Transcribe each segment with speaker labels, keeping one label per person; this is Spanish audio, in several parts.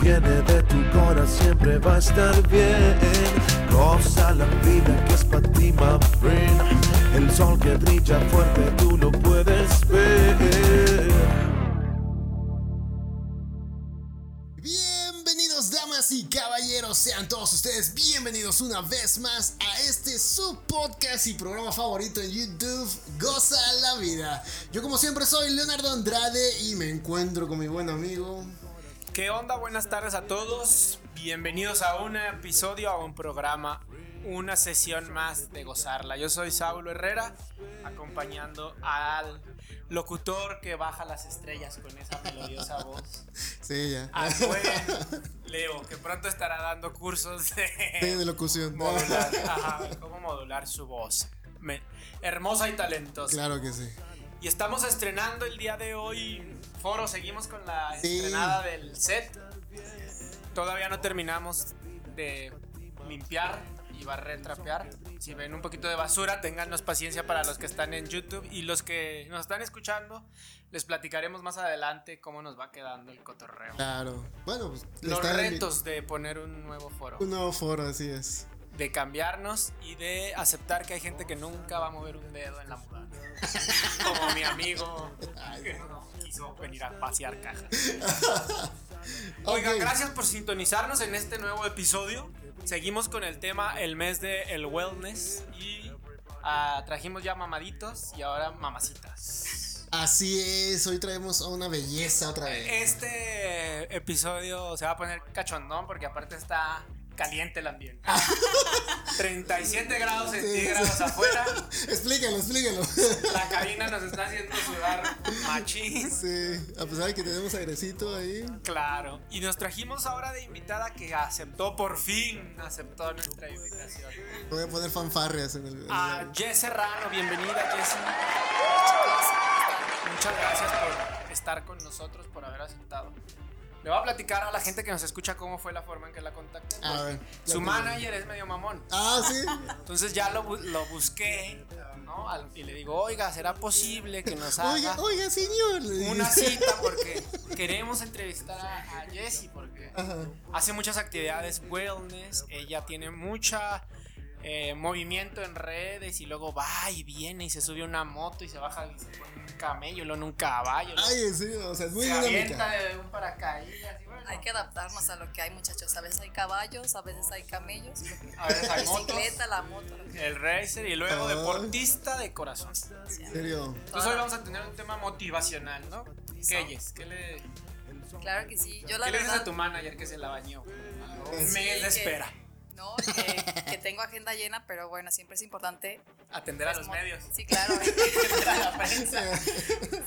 Speaker 1: viene de tu corazón siempre va a estar bien. Goza la vida que es para ti, my friend. El sol que brilla fuerte, tú no puedes ver.
Speaker 2: Bienvenidos damas y caballeros, sean todos ustedes bienvenidos una vez más a este su podcast y programa favorito en YouTube, Goza la Vida. Yo como siempre soy Leonardo Andrade y me encuentro con mi buen amigo.
Speaker 3: ¿Qué onda? Buenas tardes a todos. Bienvenidos a un episodio, a un programa, una sesión más de gozarla. Yo soy Saulo Herrera, acompañando al locutor que baja las estrellas con esa melodiosa voz.
Speaker 2: Sí, ya.
Speaker 3: Al buen Leo, que pronto estará dando cursos
Speaker 2: Sí,
Speaker 3: de
Speaker 2: de locución.
Speaker 3: modular, ajá, cómo modular su voz. Me- hermosa y talentosa.
Speaker 2: Claro que sí.
Speaker 3: Y estamos estrenando el día de hoy. Foro, seguimos con la
Speaker 2: Sí.
Speaker 3: estrenada del set. Todavía no terminamos de limpiar y barrer, trapear. Si ven un poquito de basura, téngannos paciencia para los que están en YouTube y los que nos están escuchando. Les platicaremos más adelante cómo nos va quedando el cotorreo.
Speaker 2: Claro. Bueno, pues le
Speaker 3: Los
Speaker 2: está-
Speaker 3: retos de poner un nuevo foro,
Speaker 2: Un nuevo foro, así es.
Speaker 3: de cambiarnos y de aceptar que hay gente que nunca va a mover un dedo en la mudanza. Como mi amigo que no quiso venir a pasear cajas. Oigan,
Speaker 2: Ok.
Speaker 3: gracias por sintonizarnos en este nuevo episodio. Seguimos con el tema el mes de el wellness y ah, trajimos ya mamaditos y ahora mamacitas.
Speaker 2: Así es, hoy traemos a una belleza otra
Speaker 3: Eh,
Speaker 2: vez.
Speaker 3: Este episodio se va a poner cachondón porque aparte está caliente el ambiente. 37 grados
Speaker 2: Sí,
Speaker 3: centígrados
Speaker 2: sí.
Speaker 3: afuera.
Speaker 2: Explícalo, explícalo.
Speaker 3: La cabina nos está haciendo sudar machín.
Speaker 2: Sí, a pesar de que tenemos agresito ahí.
Speaker 3: Claro. Y nos trajimos ahora de invitada que aceptó por fin, aceptó nuestra invitación.
Speaker 2: Voy a poner fanfarrias en el. en el-
Speaker 3: A Jess Serrano, bienvenida Jess. Muchas gracias por estar con nosotros, por haber aceptado. Le voy a platicar a la gente que nos escucha cómo fue la forma en que la contacté.
Speaker 2: A ver,
Speaker 3: Su
Speaker 2: platícame.
Speaker 3: manager es medio mamón.
Speaker 2: Ah, sí.
Speaker 3: Entonces ya lo, bu- lo busqué ¿no? Al- y le digo, oiga, ¿será posible que nos haga
Speaker 2: Oiga, oiga, señor. le dije.
Speaker 3: una cita? Porque queremos entrevistar a, a Jessie porque
Speaker 2: Ajá.
Speaker 3: hace muchas actividades wellness, ella tiene mucha eh, movimiento en redes y luego va y viene y se sube a una moto y se baja y se pone en un camello, luego en un caballo, luego
Speaker 2: Ay, en serio, o sea, es muy
Speaker 3: se avienta
Speaker 2: dinámica.
Speaker 3: de un paracaídas y bueno,
Speaker 4: Hay que adaptarnos a lo que hay, muchachos. A veces hay caballos, a veces hay camellos,
Speaker 3: a veces
Speaker 4: la
Speaker 3: hay motos,
Speaker 4: bicicleta, la moto. lo que
Speaker 3: el racer y luego
Speaker 2: Ay.
Speaker 3: deportista de corazón. Entonces
Speaker 4: sea.
Speaker 2: En serio.
Speaker 3: hoy vamos a tener un tema motivacional, ¿no? Keyes, ¿qué le,
Speaker 4: Claro que sí. Yo la
Speaker 3: qué le dices a
Speaker 4: verdad.
Speaker 3: tu manager que se la bañó? Un
Speaker 2: Sí,
Speaker 3: mes de
Speaker 4: que-
Speaker 3: espera.
Speaker 4: No, eh, que, que tengo agenda llena, pero bueno, siempre es importante.
Speaker 3: Atender a
Speaker 4: pues,
Speaker 3: los
Speaker 4: mo-
Speaker 3: medios.
Speaker 4: Sí, claro. hay que atender a la prensa.
Speaker 2: Sí.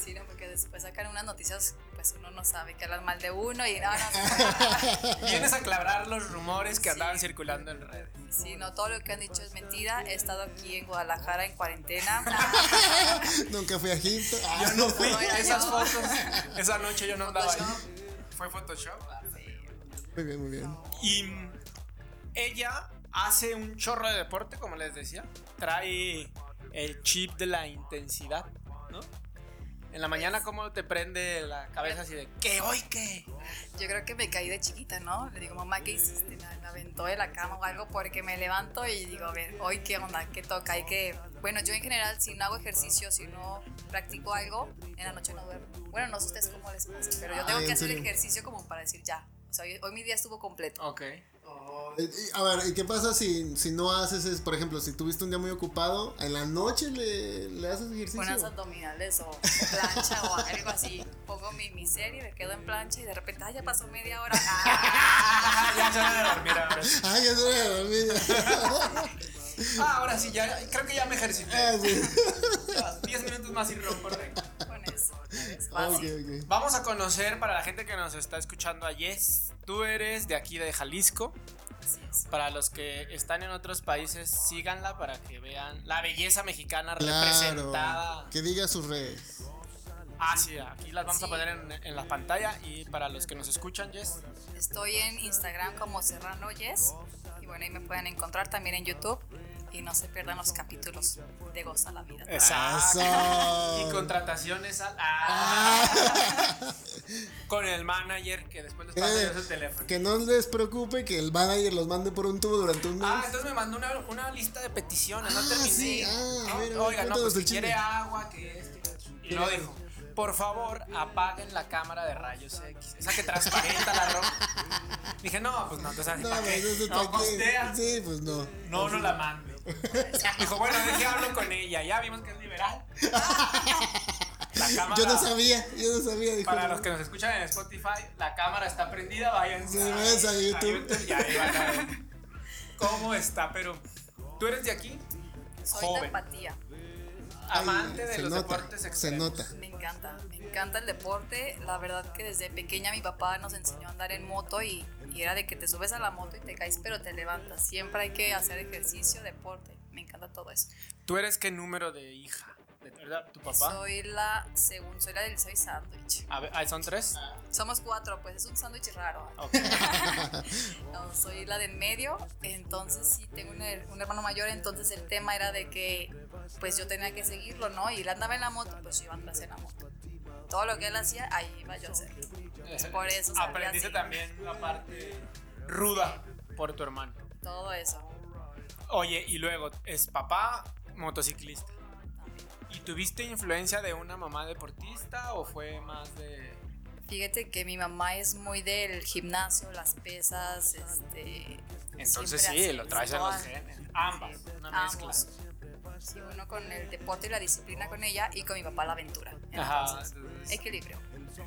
Speaker 4: Sí, no, porque después sacan unas noticias, pues uno no sabe que hablan mal de uno y no, no,
Speaker 3: Vienes a aclarar los rumores que
Speaker 4: Sí.
Speaker 3: andaban circulando en redes.
Speaker 4: no. Sí, no, todo lo que han dicho es mentira. He estado aquí en Guadalajara en cuarentena.
Speaker 2: Nunca fui a Egipto. Ah,
Speaker 3: Yo no fui
Speaker 4: No, era
Speaker 3: esas
Speaker 4: yo.
Speaker 3: fotos. Esa noche yo no andaba ahí.
Speaker 4: Photoshop.
Speaker 3: Fue Photoshop.
Speaker 2: Muy bien, muy bien.
Speaker 3: Y mm, ella hace un chorro de deporte, como les decía. Trae el chip de la intensidad, ¿no? En la mañana, ¿cómo te prende la cabeza así de qué hoy qué?
Speaker 4: Yo creo que me caí de chiquita, ¿no? Le digo, mamá, ¿qué hiciste? Me me aventó de la cama o algo porque me levanto y digo, a ver, hoy qué onda, qué toca, hay que... Bueno, yo en general, si no hago ejercicio, si no practico algo, en la noche no duermo. Bueno, no sé ustedes cómo les pasa, pero yo tengo
Speaker 2: Ay,
Speaker 4: que
Speaker 2: Ah, ¿en
Speaker 4: hacer
Speaker 2: serio?
Speaker 4: ejercicio como para decir ya. O sea, hoy, hoy mi día estuvo completo.
Speaker 3: Ok.
Speaker 2: Y- y- A ver, ¿y qué pasa si, si no haces, es, por ejemplo, si tuviste un día muy ocupado, en la noche le, le haces ejercicio?
Speaker 4: Unas abdominales o plancha o algo así. Pongo mi, mi serie, me quedo en plancha y de repente, ah, ya pasó media hora.
Speaker 3: Ah, ya se van a dormir ahora.
Speaker 2: Ay, ya se voy a dormir.
Speaker 3: Ah, ahora sí, ya creo que ya me ejercité.
Speaker 2: Ah, sí.
Speaker 3: 10 minutos más y rompo récord.
Speaker 4: Con eso, es
Speaker 2: Ok,
Speaker 4: fácil.
Speaker 2: ok.
Speaker 3: Vamos a conocer para la gente que nos está escuchando a Yes. Tú eres de aquí de Jalisco.
Speaker 4: Así es.
Speaker 3: Para los que están en otros países, síganla para que vean la belleza mexicana representada.
Speaker 2: Claro. Que diga sus redes.
Speaker 3: Ah, sí, aquí las vamos a
Speaker 4: Sí.
Speaker 3: poner en, en la pantalla. Y para los que nos escuchan, Yes,
Speaker 4: Estoy en Instagram como Serrano Yes. Y bueno, ahí me pueden encontrar también en YouTube. y no se pierdan los capítulos de Goza la Vida.
Speaker 2: Eso.
Speaker 3: Y contrataciones al- ah. con el manager que después les pasa
Speaker 2: Eh,
Speaker 3: yo su teléfono.
Speaker 2: que no les preocupe que el manager los mande por un tubo durante un mes.
Speaker 3: Ah, entonces me mandó una, una lista de peticiones,
Speaker 2: Pues Ah,
Speaker 3: no terminé.
Speaker 2: sí, ah, a ver, a ver,
Speaker 3: Oiga, no,
Speaker 2: cuéntanos
Speaker 3: pues
Speaker 2: el
Speaker 3: que
Speaker 2: chisme.
Speaker 3: quiere agua, que esto, que esto. Y lo dijo. Por favor, apaguen la cámara de rayos X. Esa que transparenta la ropa. Dije, no, pues no, entonces
Speaker 2: no,
Speaker 3: ¿para
Speaker 2: pues,
Speaker 3: qué?
Speaker 2: eso
Speaker 3: No, ah.
Speaker 2: pa' qué.
Speaker 3: costea.
Speaker 2: Sí, pues no.
Speaker 3: No, no la mande. Dijo, bueno, deje hablo con ella. Ya vimos que es liberal. La cámara.
Speaker 2: Yo no sabía, yo no sabía. Dijo,
Speaker 3: Para los que nos escuchan en Spotify, la cámara está prendida, váyanse
Speaker 2: Sí, váyanse a YouTube.
Speaker 3: y ahí van a ver cómo está, pero tú eres de aquí,
Speaker 4: Soy
Speaker 3: Joven.
Speaker 4: de empatía.
Speaker 2: Ay,
Speaker 3: amante de
Speaker 2: se
Speaker 3: los
Speaker 2: nota,
Speaker 3: deportes extremos.
Speaker 2: Se nota.
Speaker 4: Me encanta, me encanta el deporte. La verdad que desde pequeña mi papá nos enseñó a andar en moto y, y era de que te subes a la moto y te caes, pero te levantas. Siempre hay que hacer ejercicio, deporte. Me encanta todo eso.
Speaker 3: ¿Tú eres qué número de hija? ¿De verdad? ¿Tu papá?
Speaker 4: Soy la, según, soy la del soy sándwich.
Speaker 3: A ver, ah, ¿Son tres?
Speaker 4: Somos cuatro, pues es un sándwich raro.
Speaker 3: Ok.
Speaker 4: No, soy la de en medio, entonces sí tengo un, her- un hermano mayor, entonces el tema era de que pues yo tenía que seguirlo, ¿no? Y él andaba en la moto, pues yo iba atrás en la moto. Todo lo que él hacía, ahí iba yo a hacer. Por eso salí
Speaker 3: Aprendiste
Speaker 4: así.
Speaker 3: también la parte ruda por tu hermano.
Speaker 4: Todo eso.
Speaker 3: Oye, y luego, es papá motociclista. ¿Y tuviste influencia de una mamá deportista o fue más de...?
Speaker 4: Fíjate que mi mamá es muy del gimnasio, las pesas, este...
Speaker 3: Entonces
Speaker 4: siempre
Speaker 3: sí,
Speaker 4: así,
Speaker 3: lo traes en los
Speaker 4: todas-
Speaker 3: genes. Ambas, una mezcla.
Speaker 4: Ambos. Sí, uno con el deporte y la disciplina con ella y con mi papá la aventura.
Speaker 3: Ajá.
Speaker 4: Entonces, equilibrio.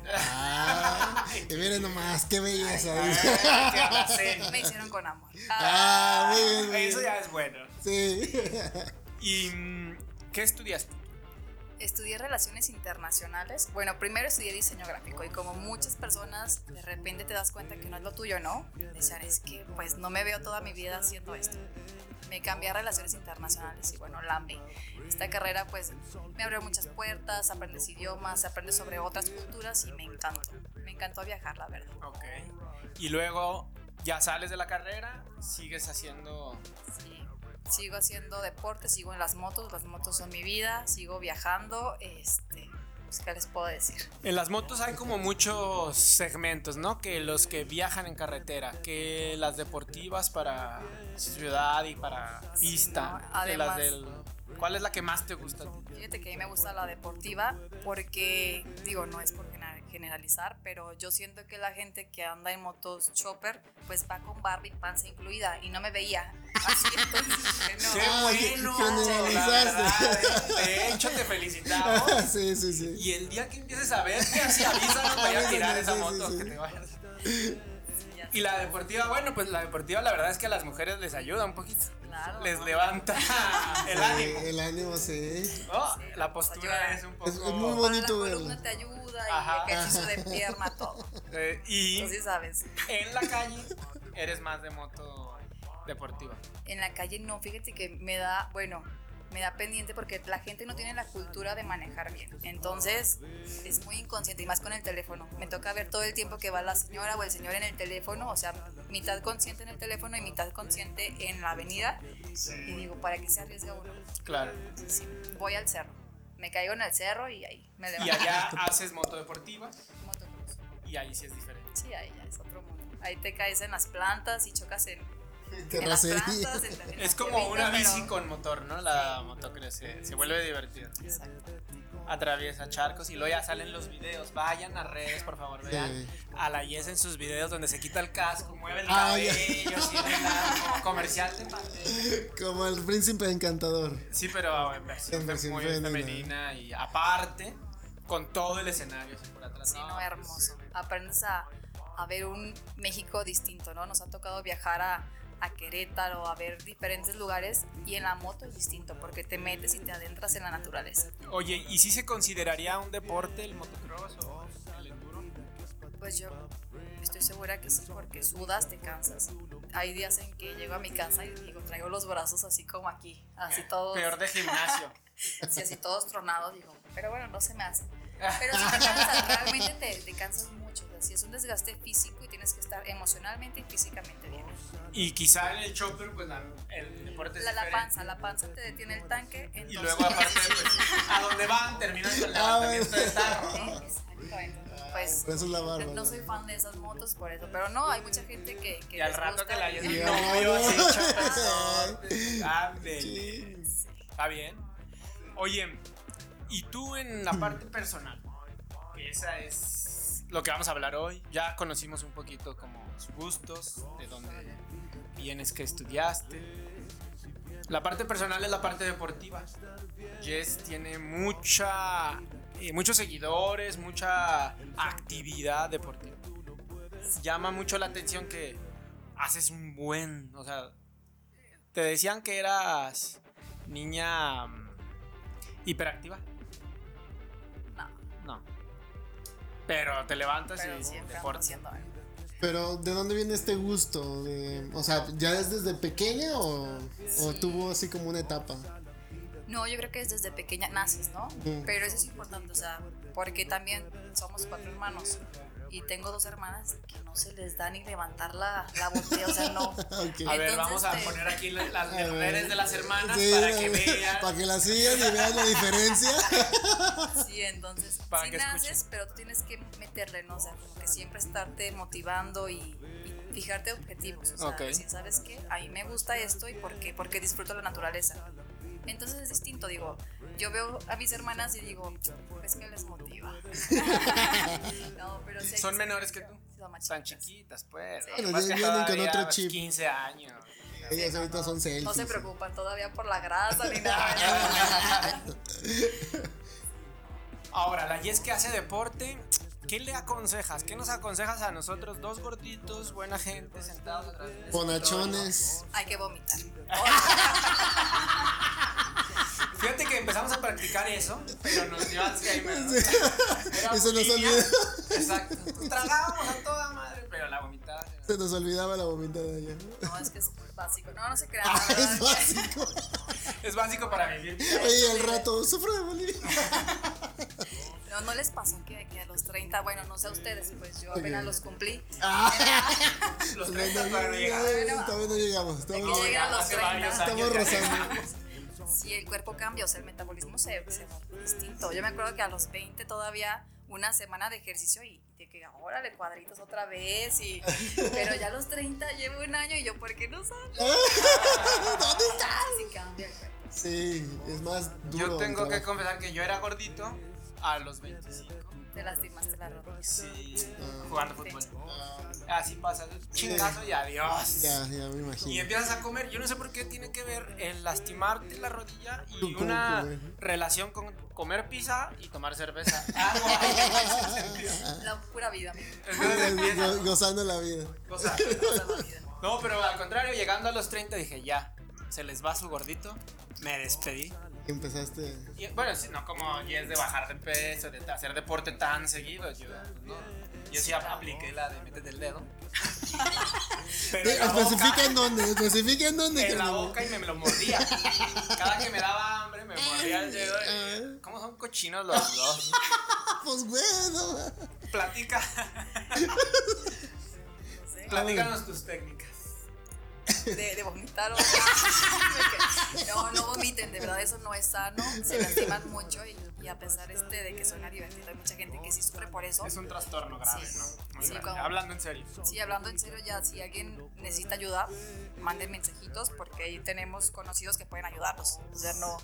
Speaker 2: Ah, y miren nomás, qué belleza.
Speaker 3: Ay,
Speaker 2: dice.
Speaker 3: qué alacena.
Speaker 4: Me hicieron con amor.
Speaker 2: Ah, muy bien, muy bien.
Speaker 3: Eso ya es bueno.
Speaker 2: Sí.
Speaker 3: ¿Y mm, qué estudiaste?
Speaker 4: Estudié relaciones internacionales. Bueno, primero estudié diseño gráfico y como muchas personas de repente te das cuenta que no es lo tuyo, ¿no? Decían, es que pues no me veo toda mi vida haciendo esto. Me cambié a relaciones internacionales y bueno, la amé. Esta carrera pues me abrió muchas puertas, aprendes idiomas, aprendes sobre otras culturas y me encantó. Me encantó viajar, la verdad.
Speaker 3: Ok. Y luego ya sales de la carrera, sigues haciendo...
Speaker 4: Sí, sigo haciendo deporte, sigo en las motos, las motos son mi vida, sigo viajando, este, pues, ¿qué les puedo decir?
Speaker 3: En las motos hay como muchos segmentos, ¿no? Que los que viajan en carretera, que las deportivas para ciudad y para
Speaker 4: Sí,
Speaker 3: pista,
Speaker 4: no,
Speaker 3: que las
Speaker 4: además-
Speaker 3: del... ¿Cuál es la que más te gusta? a ti?
Speaker 4: Fíjate que a mí me gusta la deportiva porque, digo, no es por gena- generalizar, pero yo siento que la gente que anda en motos chopper, pues va con Barbie panza incluida y no me veía. Así entonces, dije, no.
Speaker 3: ¡Qué
Speaker 2: Ay,
Speaker 3: bueno!
Speaker 2: generalizaste.
Speaker 3: La verdad, eh, De hecho, te felicitamos.
Speaker 2: Sí, sí, sí.
Speaker 3: Y el día que empieces a ver, que así avísanos para a tirar esa moto que te vayas.
Speaker 4: Ya
Speaker 3: Y la deportiva, bueno, pues la deportiva la verdad es que a las mujeres les ayuda un poquito.
Speaker 4: Claro,
Speaker 3: les
Speaker 4: ¿no?
Speaker 3: levanta el ánimo.
Speaker 2: Sí, El ánimo, sí.
Speaker 3: ¿no?
Speaker 4: Sí,
Speaker 3: la
Speaker 4: ayuda.
Speaker 3: postura es un
Speaker 2: Es- es muy
Speaker 3: poco...
Speaker 2: bueno.
Speaker 4: con la
Speaker 2: bonito
Speaker 4: columna
Speaker 2: verlo.
Speaker 4: te ayuda
Speaker 3: Ajá.
Speaker 4: y ejercicio de pierna, todo.
Speaker 3: Eh, y
Speaker 4: Entonces, ¿sabes?
Speaker 3: en la calle eres más de moto deportiva.
Speaker 4: En la calle no, fíjate que me da, bueno, me da pendiente porque la gente no tiene la cultura de manejar bien. Entonces es muy inconsciente y más con el teléfono. Me toca ver todo el tiempo que va la señora o el señor en el teléfono, o sea, mitad consciente en el teléfono y mitad consciente en la avenida. Y digo, ¿para qué se arriesga uno?
Speaker 3: Claro.
Speaker 4: Sí, voy al cerro. Me caigo en el cerro y ahí me
Speaker 3: Y
Speaker 4: levanto.
Speaker 3: allá haces moto deportiva
Speaker 4: Motocross.
Speaker 3: y ahí sí es diferente.
Speaker 4: Sí, ahí ya es otro mundo. Ahí te caes en las plantas y chocas en, en las
Speaker 2: Terracería.
Speaker 4: plantas. en-
Speaker 3: Es
Speaker 4: en las
Speaker 3: como una
Speaker 4: piernitas,
Speaker 3: bici
Speaker 4: pero-
Speaker 3: con motor, ¿no? La motocross se, se vuelve divertida.
Speaker 4: Exacto.
Speaker 3: atraviesa charcos y luego ya salen los videos. Vayan a redes, por favor, vean
Speaker 2: Sí.
Speaker 3: a la Yes en sus videos donde se quita el casco, mueve el
Speaker 2: Ah,
Speaker 3: cabello,
Speaker 2: ya.
Speaker 3: sí, ¿verdad? Como comercial de pastel.
Speaker 2: Como el príncipe encantador.
Speaker 3: Sí, pero en versión
Speaker 2: En versión
Speaker 3: muy
Speaker 2: femenina.
Speaker 3: femenina y aparte con todo el escenario así por atrás.
Speaker 4: Sí, no,
Speaker 3: pues,
Speaker 4: hermoso. Aprendes a, a ver un México distinto, ¿no? Nos ha tocado viajar a, a Querétaro, a ver diferentes lugares y en la moto es distinto porque te metes y te adentras en la naturaleza.
Speaker 3: Oye, ¿y si se consideraría un deporte el motocross o el enduro?
Speaker 4: Pues yo estoy segura que sí, porque sudas, te cansas. Hay días en que llego a mi casa y digo, traigo los brazos así como aquí, así todos,
Speaker 3: Peor de gimnasio.
Speaker 4: sí, así todos tronados, digo, pero bueno, no se me hace. Pero si te cansas, realmente te, te cansas mucho. O sea, si es un desgaste físico y tienes que estar emocionalmente y físicamente bien.
Speaker 3: Y quizá en el chopper, pues la- el deporte es
Speaker 4: La, la
Speaker 3: diferente.
Speaker 4: panza, la panza te detiene el tanque. Entonces,
Speaker 3: Y luego aparte, pues, a dónde van, terminan con el
Speaker 2: Ah,
Speaker 3: levantamiento de tarro.
Speaker 4: Sí, exacto, entonces, pues,
Speaker 2: Por eso es la barba.
Speaker 4: no soy fan de esas motos por eso, pero no, hay mucha gente que, que
Speaker 3: Y al
Speaker 4: les
Speaker 3: rato
Speaker 4: gusta
Speaker 3: que la
Speaker 4: y-
Speaker 3: llevan
Speaker 2: Y-
Speaker 3: novio, así,
Speaker 2: no.
Speaker 3: chapazón. Ándele.
Speaker 2: Sí.
Speaker 3: Está bien. Oye, y tú en la parte personal, que esa es lo que vamos a hablar hoy. Ya conocimos un poquito como sus gustos, de dónde vienes, que estudiaste. La parte personal es la parte deportiva. Jess tiene mucha, eh, muchos seguidores, mucha actividad deportiva. Llama mucho la atención que haces un buen, o sea, te decían que eras niña mm, hiperactiva.
Speaker 4: No,
Speaker 3: No. Pero te levantas
Speaker 4: pero
Speaker 3: y
Speaker 4: siempre ando
Speaker 3: deporte.
Speaker 4: haciendo algo.
Speaker 2: Pero, ¿de dónde viene este gusto? De- o sea, ¿ya es desde pequeña o, o tuvo así como una etapa?
Speaker 4: No, yo creo que es desde pequeña naces, ¿no?
Speaker 2: Mm.
Speaker 4: Pero eso es importante, o sea, porque también somos cuatro hermanos y tengo dos hermanas que no se les da ni levantar la, la botella, o sea, no.
Speaker 2: Ok.
Speaker 3: A ver,
Speaker 4: Entonces,
Speaker 3: vamos a
Speaker 4: te-
Speaker 3: poner aquí la- las
Speaker 2: este, ver.
Speaker 3: mujeres de las hermanas
Speaker 2: Sí,
Speaker 3: para que vean.
Speaker 2: Para que la sigan y vean la diferencia.
Speaker 4: Sí, entonces,
Speaker 3: Para
Speaker 4: sí
Speaker 3: que
Speaker 4: naces,
Speaker 3: escuchen.
Speaker 4: pero tú tienes que meterle, ¿no? O sea, como que siempre estarte motivando y, y fijarte objetivos. O sea,
Speaker 3: Ok.
Speaker 4: decir, ¿sabes qué? A mí me gusta esto y ¿por qué? Porque disfruto la naturaleza. Entonces es distinto, digo, yo veo a mis hermanas y digo, pues que les motiva. no, pero sí hay
Speaker 3: Son
Speaker 4: que-
Speaker 3: menores que tú.
Speaker 4: Sí, son más
Speaker 3: Están
Speaker 4: chiquitas.
Speaker 3: chiquitas, pues.
Speaker 4: Sí.
Speaker 3: Lo que
Speaker 4: Bueno,
Speaker 3: pasa es que
Speaker 2: vienen con
Speaker 3: todavía,
Speaker 2: otro
Speaker 3: pues,
Speaker 2: chip.
Speaker 3: 15 años.
Speaker 2: Ellas ahorita son selfies.
Speaker 4: No se preocupan todavía por la grasa ni nada.
Speaker 3: Ahora, la Jess que hace deporte, ¿qué le aconsejas? ¿Qué nos aconsejas a nosotros, dos gorditos, buena gente, sentados atrás? de un
Speaker 2: Bonachones.
Speaker 4: Hay que vomitar.
Speaker 3: escritorio? Fíjate que empezamos a practicar eso, pero nos dio Alzheimer. ¿no? Éramos
Speaker 2: se nos
Speaker 3: niñas,
Speaker 2: olvidó.
Speaker 3: Exacto. Tragábamos a toda madre, pero la vomitada. se nos-
Speaker 2: Se nos olvidaba la vomitada de allá.
Speaker 4: No, es que es básico. No, no se crean.
Speaker 2: Ah,
Speaker 4: la verdad.
Speaker 2: es básico.
Speaker 3: Es básico para vivir.
Speaker 2: Oye, al rato, sufro de Bolivia.
Speaker 4: No, no les pasó que, que a los 30, bueno, no sé a ustedes, pues yo apenas
Speaker 2: Ok.
Speaker 4: los cumplí.
Speaker 3: Los
Speaker 2: Todavía
Speaker 3: 30 Ah,
Speaker 2: Pues
Speaker 3: para
Speaker 2: no
Speaker 3: llegar.
Speaker 2: llegamos, todavía no llegamos. Estamos,
Speaker 4: que llegar a los
Speaker 3: hace varios
Speaker 4: 30.
Speaker 3: años.
Speaker 2: estamos rozando.
Speaker 4: Sí, el cuerpo cambia, o sea, el metabolismo se, se va distinto. Yo me acuerdo que a los 20 todavía una semana de ejercicio y de que ahora le cuadritos otra vez. Y, pero ya a los 30 llevo un año y yo, ¿por qué no salgo?
Speaker 2: ¿Dónde está?
Speaker 4: Así cambia el cuerpo.
Speaker 2: Sí, es más duro.
Speaker 3: Yo tengo
Speaker 2: el
Speaker 3: que
Speaker 2: trabajo.
Speaker 3: confesar que yo era gordito a los 25.
Speaker 4: Te lastimaste la rodilla.
Speaker 3: Sí.
Speaker 2: Ah.
Speaker 3: Jugando fútbol. Así pasa. Chingazo y adiós.
Speaker 2: Ya, ya me imagino.
Speaker 3: Y empiezas a comer. Yo no sé por qué tiene que ver el lastimarte la rodilla y
Speaker 2: Con cómo
Speaker 3: una
Speaker 2: comer.
Speaker 3: relación con comer pizza y tomar cerveza. Ah, no, hay sentido.
Speaker 4: La pura vida, mi
Speaker 3: Entonces empiezas,
Speaker 2: Go- Gozando la vida.
Speaker 3: cosa.
Speaker 4: pura vida.
Speaker 3: No, pero al contrario, llegando a los 30 dije, ya, se les va su gordito. Me despedí.
Speaker 2: Empezaste.
Speaker 3: Y, bueno, sí, no como y es de bajar de peso, de hacer deporte tan seguido. Yo, pues, no. Yo sí apliqué la de metes el dedo. Pero en
Speaker 2: Eh,
Speaker 3: la,
Speaker 2: Especifica en
Speaker 3: boca,
Speaker 2: dónde, especifica en dónde.
Speaker 3: en la
Speaker 2: carnal.
Speaker 3: boca y me lo mordía. Cada que me daba hambre, me mordía el dedo. y- ¿Cómo son cochinos los dos?
Speaker 2: Ah, Pues bueno.
Speaker 3: Platica. Platícanos tus técnicas.
Speaker 4: ¿eh? de, de vomitar o no, no vomiten, de verdad eso no es sano, se lastiman mucho y, y a pesar este de que suena divertido, hay mucha gente que sí sufre por eso.
Speaker 3: Es un trastorno grave,
Speaker 4: Sí.
Speaker 3: ¿no? Muy
Speaker 4: Sí,
Speaker 3: grave.
Speaker 4: como-
Speaker 3: Hablando en serio.
Speaker 4: Sí, hablando en serio ya, si alguien necesita ayuda, manden mensajitos porque ahí tenemos conocidos que pueden ayudarnos. O sea, no,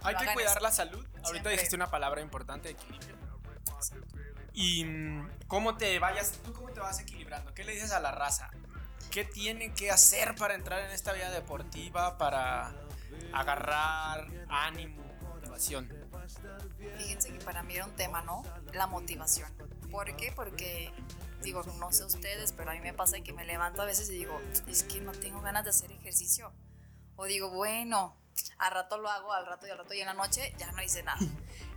Speaker 3: Hay
Speaker 4: Lo
Speaker 3: que
Speaker 4: hagan
Speaker 3: cuidar
Speaker 4: es-
Speaker 3: la salud. Ahorita
Speaker 4: siempre.
Speaker 3: dijiste una palabra importante, equilibrio. Y mm, cómo te vayas, tú cómo te vas equilibrando. ¿Qué le dices a la raza? ¿Qué tiene que hacer para entrar en esta vida deportiva, para agarrar ánimo, motivación?
Speaker 4: Fíjense que para mí era un tema, ¿no? La motivación. ¿Por qué? Porque, digo, no sé ustedes, pero a mí me pasa que me levanto a veces y digo, es que no tengo ganas de hacer ejercicio. O digo, bueno, al rato lo hago, al rato y al rato y en la noche ya no hice nada.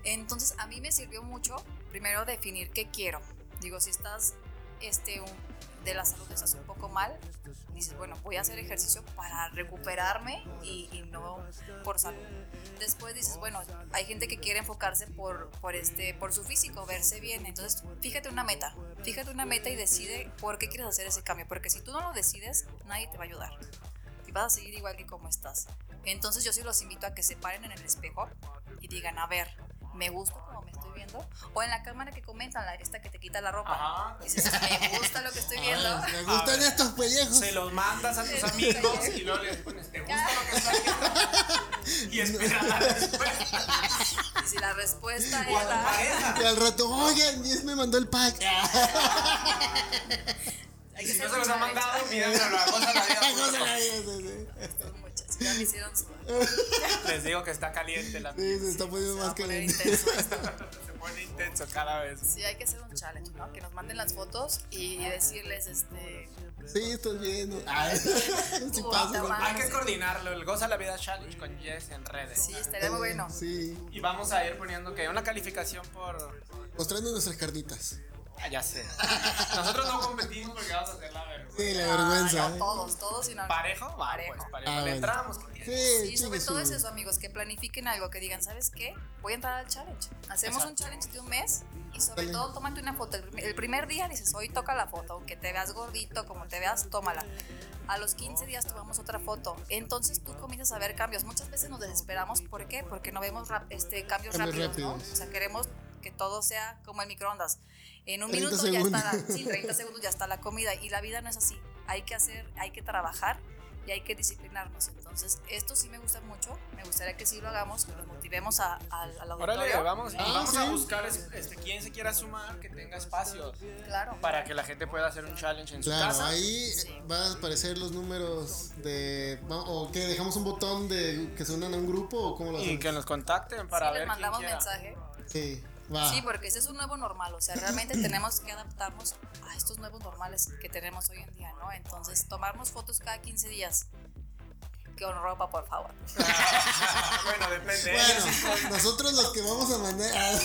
Speaker 4: Entonces, a mí me sirvió mucho, primero, definir qué quiero. Digo, si estás este, un- de la salud, estás un poco mal, dices, bueno, voy a hacer ejercicio para recuperarme y, y no por salud. Después dices, bueno, hay gente que quiere enfocarse por, por, este, por su físico, verse bien. Entonces, fíjate una meta. Fíjate una meta y decide por qué quieres hacer ese cambio. Porque si tú no lo decides, nadie te va a ayudar. y vas a seguir igual que como estás. Entonces yo sí los invito a que se paren en el espejo y digan, a ver, me gusta como me estoy viendo. O en la cámara que comentan, la esta que te quita la ropa.
Speaker 3: Ajá.
Speaker 4: Dices, me gusta lo que estoy viendo.
Speaker 2: Me
Speaker 3: A
Speaker 2: gustan
Speaker 3: ver.
Speaker 2: estos pellejos.
Speaker 3: Se los mandas a tus amigos y luego les pones, ¿te gusta lo que estás viendo? Y espera la respuesta.
Speaker 4: Y si la respuesta
Speaker 3: O a
Speaker 4: es
Speaker 3: tu
Speaker 4: la...
Speaker 3: pareja.
Speaker 2: Y al rato, oigan, Dios me mandó el pack.
Speaker 4: Hay que
Speaker 3: Si
Speaker 4: ser
Speaker 3: no se los ha
Speaker 4: mucha
Speaker 3: mandado,
Speaker 4: leche.
Speaker 3: mírenlo, goza la vida. por
Speaker 2: Cosa
Speaker 3: favor.
Speaker 2: la vida, sí,
Speaker 4: Muchas, ya me hicieron sudar.
Speaker 3: Les digo que está caliente la
Speaker 2: sí. Sí, se está
Speaker 4: Se
Speaker 2: poniendo
Speaker 4: va a
Speaker 2: más
Speaker 4: poner
Speaker 2: caliente.
Speaker 4: intenso esto.
Speaker 3: Se pone intenso cada vez.
Speaker 4: Sí, hay que hacer un challenge, ¿no? Que nos manden las fotos y decirles, este,
Speaker 2: Sí, estás viendo. Ay, sí
Speaker 4: Puta
Speaker 2: pasa.
Speaker 4: madre.
Speaker 3: Hay que coordinarlo, el Goza la Vida Challenge con Jess en redes.
Speaker 4: sí, estaría muy bueno.
Speaker 2: Sí,
Speaker 3: Y vamos a ir poniendo que una calificación por.
Speaker 2: mostrando nuestras carnitas.
Speaker 3: Ah, ya sé. Nosotros no competimos porque vamos a hacer la vergüenza.
Speaker 2: Sí, la
Speaker 4: Ah,
Speaker 2: vergüenza.
Speaker 4: no,
Speaker 2: ¿eh?
Speaker 4: todos, todos y no.
Speaker 3: ¿Parejo? Va,
Speaker 4: Parejo.
Speaker 3: pues parejo.
Speaker 2: Ah,
Speaker 3: Le
Speaker 2: bueno.
Speaker 3: entramos. ¿qué tiene?
Speaker 2: Sí,
Speaker 4: Sí,
Speaker 2: chingue
Speaker 4: sobre todo
Speaker 2: su-
Speaker 4: es eso, amigos, que planifiquen algo, que digan, ¿sabes qué? Voy a entrar al challenge. Hacemos un
Speaker 3: Exacto.
Speaker 4: challenge de un mes y sobre
Speaker 2: Dale.
Speaker 4: todo tómate una foto. El prim- El primer día dices, hoy toca la foto, aunque te veas gordito, como te veas, tómala. A los 15 días tomamos otra foto. Entonces tú comienzas a ver cambios. Muchas veces nos desesperamos. ¿Por qué? Porque no vemos rap- este, cambios,
Speaker 2: Cambios
Speaker 4: rápidos, ¿no?
Speaker 2: rápidos.
Speaker 4: O sea, queremos que todo sea como el microondas. En un
Speaker 2: 30
Speaker 4: minuto ya
Speaker 2: segundos.
Speaker 4: está la, sí, 30 segundos ya está la comida y la vida no es así. Hay que hacer, hay que trabajar y hay que disciplinarnos. Entonces, esto sí me gusta mucho. Me gustaría que sí lo hagamos, que nos motivemos a, a, al auditorio.
Speaker 3: Órale, vamos,
Speaker 2: Ah,
Speaker 3: vamos a
Speaker 2: sí.
Speaker 3: buscar es- este, quien se quiera sumar, que tenga espacio
Speaker 4: Claro.
Speaker 3: para que la gente pueda hacer un challenge en su
Speaker 2: Claro,
Speaker 3: casa.
Speaker 2: ahí van a aparecer los números de. va- ¿O que ¿Dejamos un botón de que se unan a un grupo o cómo lo
Speaker 3: Y
Speaker 2: hacemos?
Speaker 3: que nos contacten para
Speaker 4: sí,
Speaker 3: ver.
Speaker 4: les mandamos
Speaker 3: quién quiera. Ah.
Speaker 4: mensaje.
Speaker 2: Sí, va.
Speaker 4: Sí, porque ese es un nuevo normal. O sea, realmente tenemos que adaptarnos a estos nuevos normales que tenemos hoy en día, ¿no? Entonces, tomarnos fotos cada 15 días. Con ropa, por favor.
Speaker 3: bueno, depende. ¿eh?
Speaker 2: Bueno, nosotros los que vamos a mandar. ah,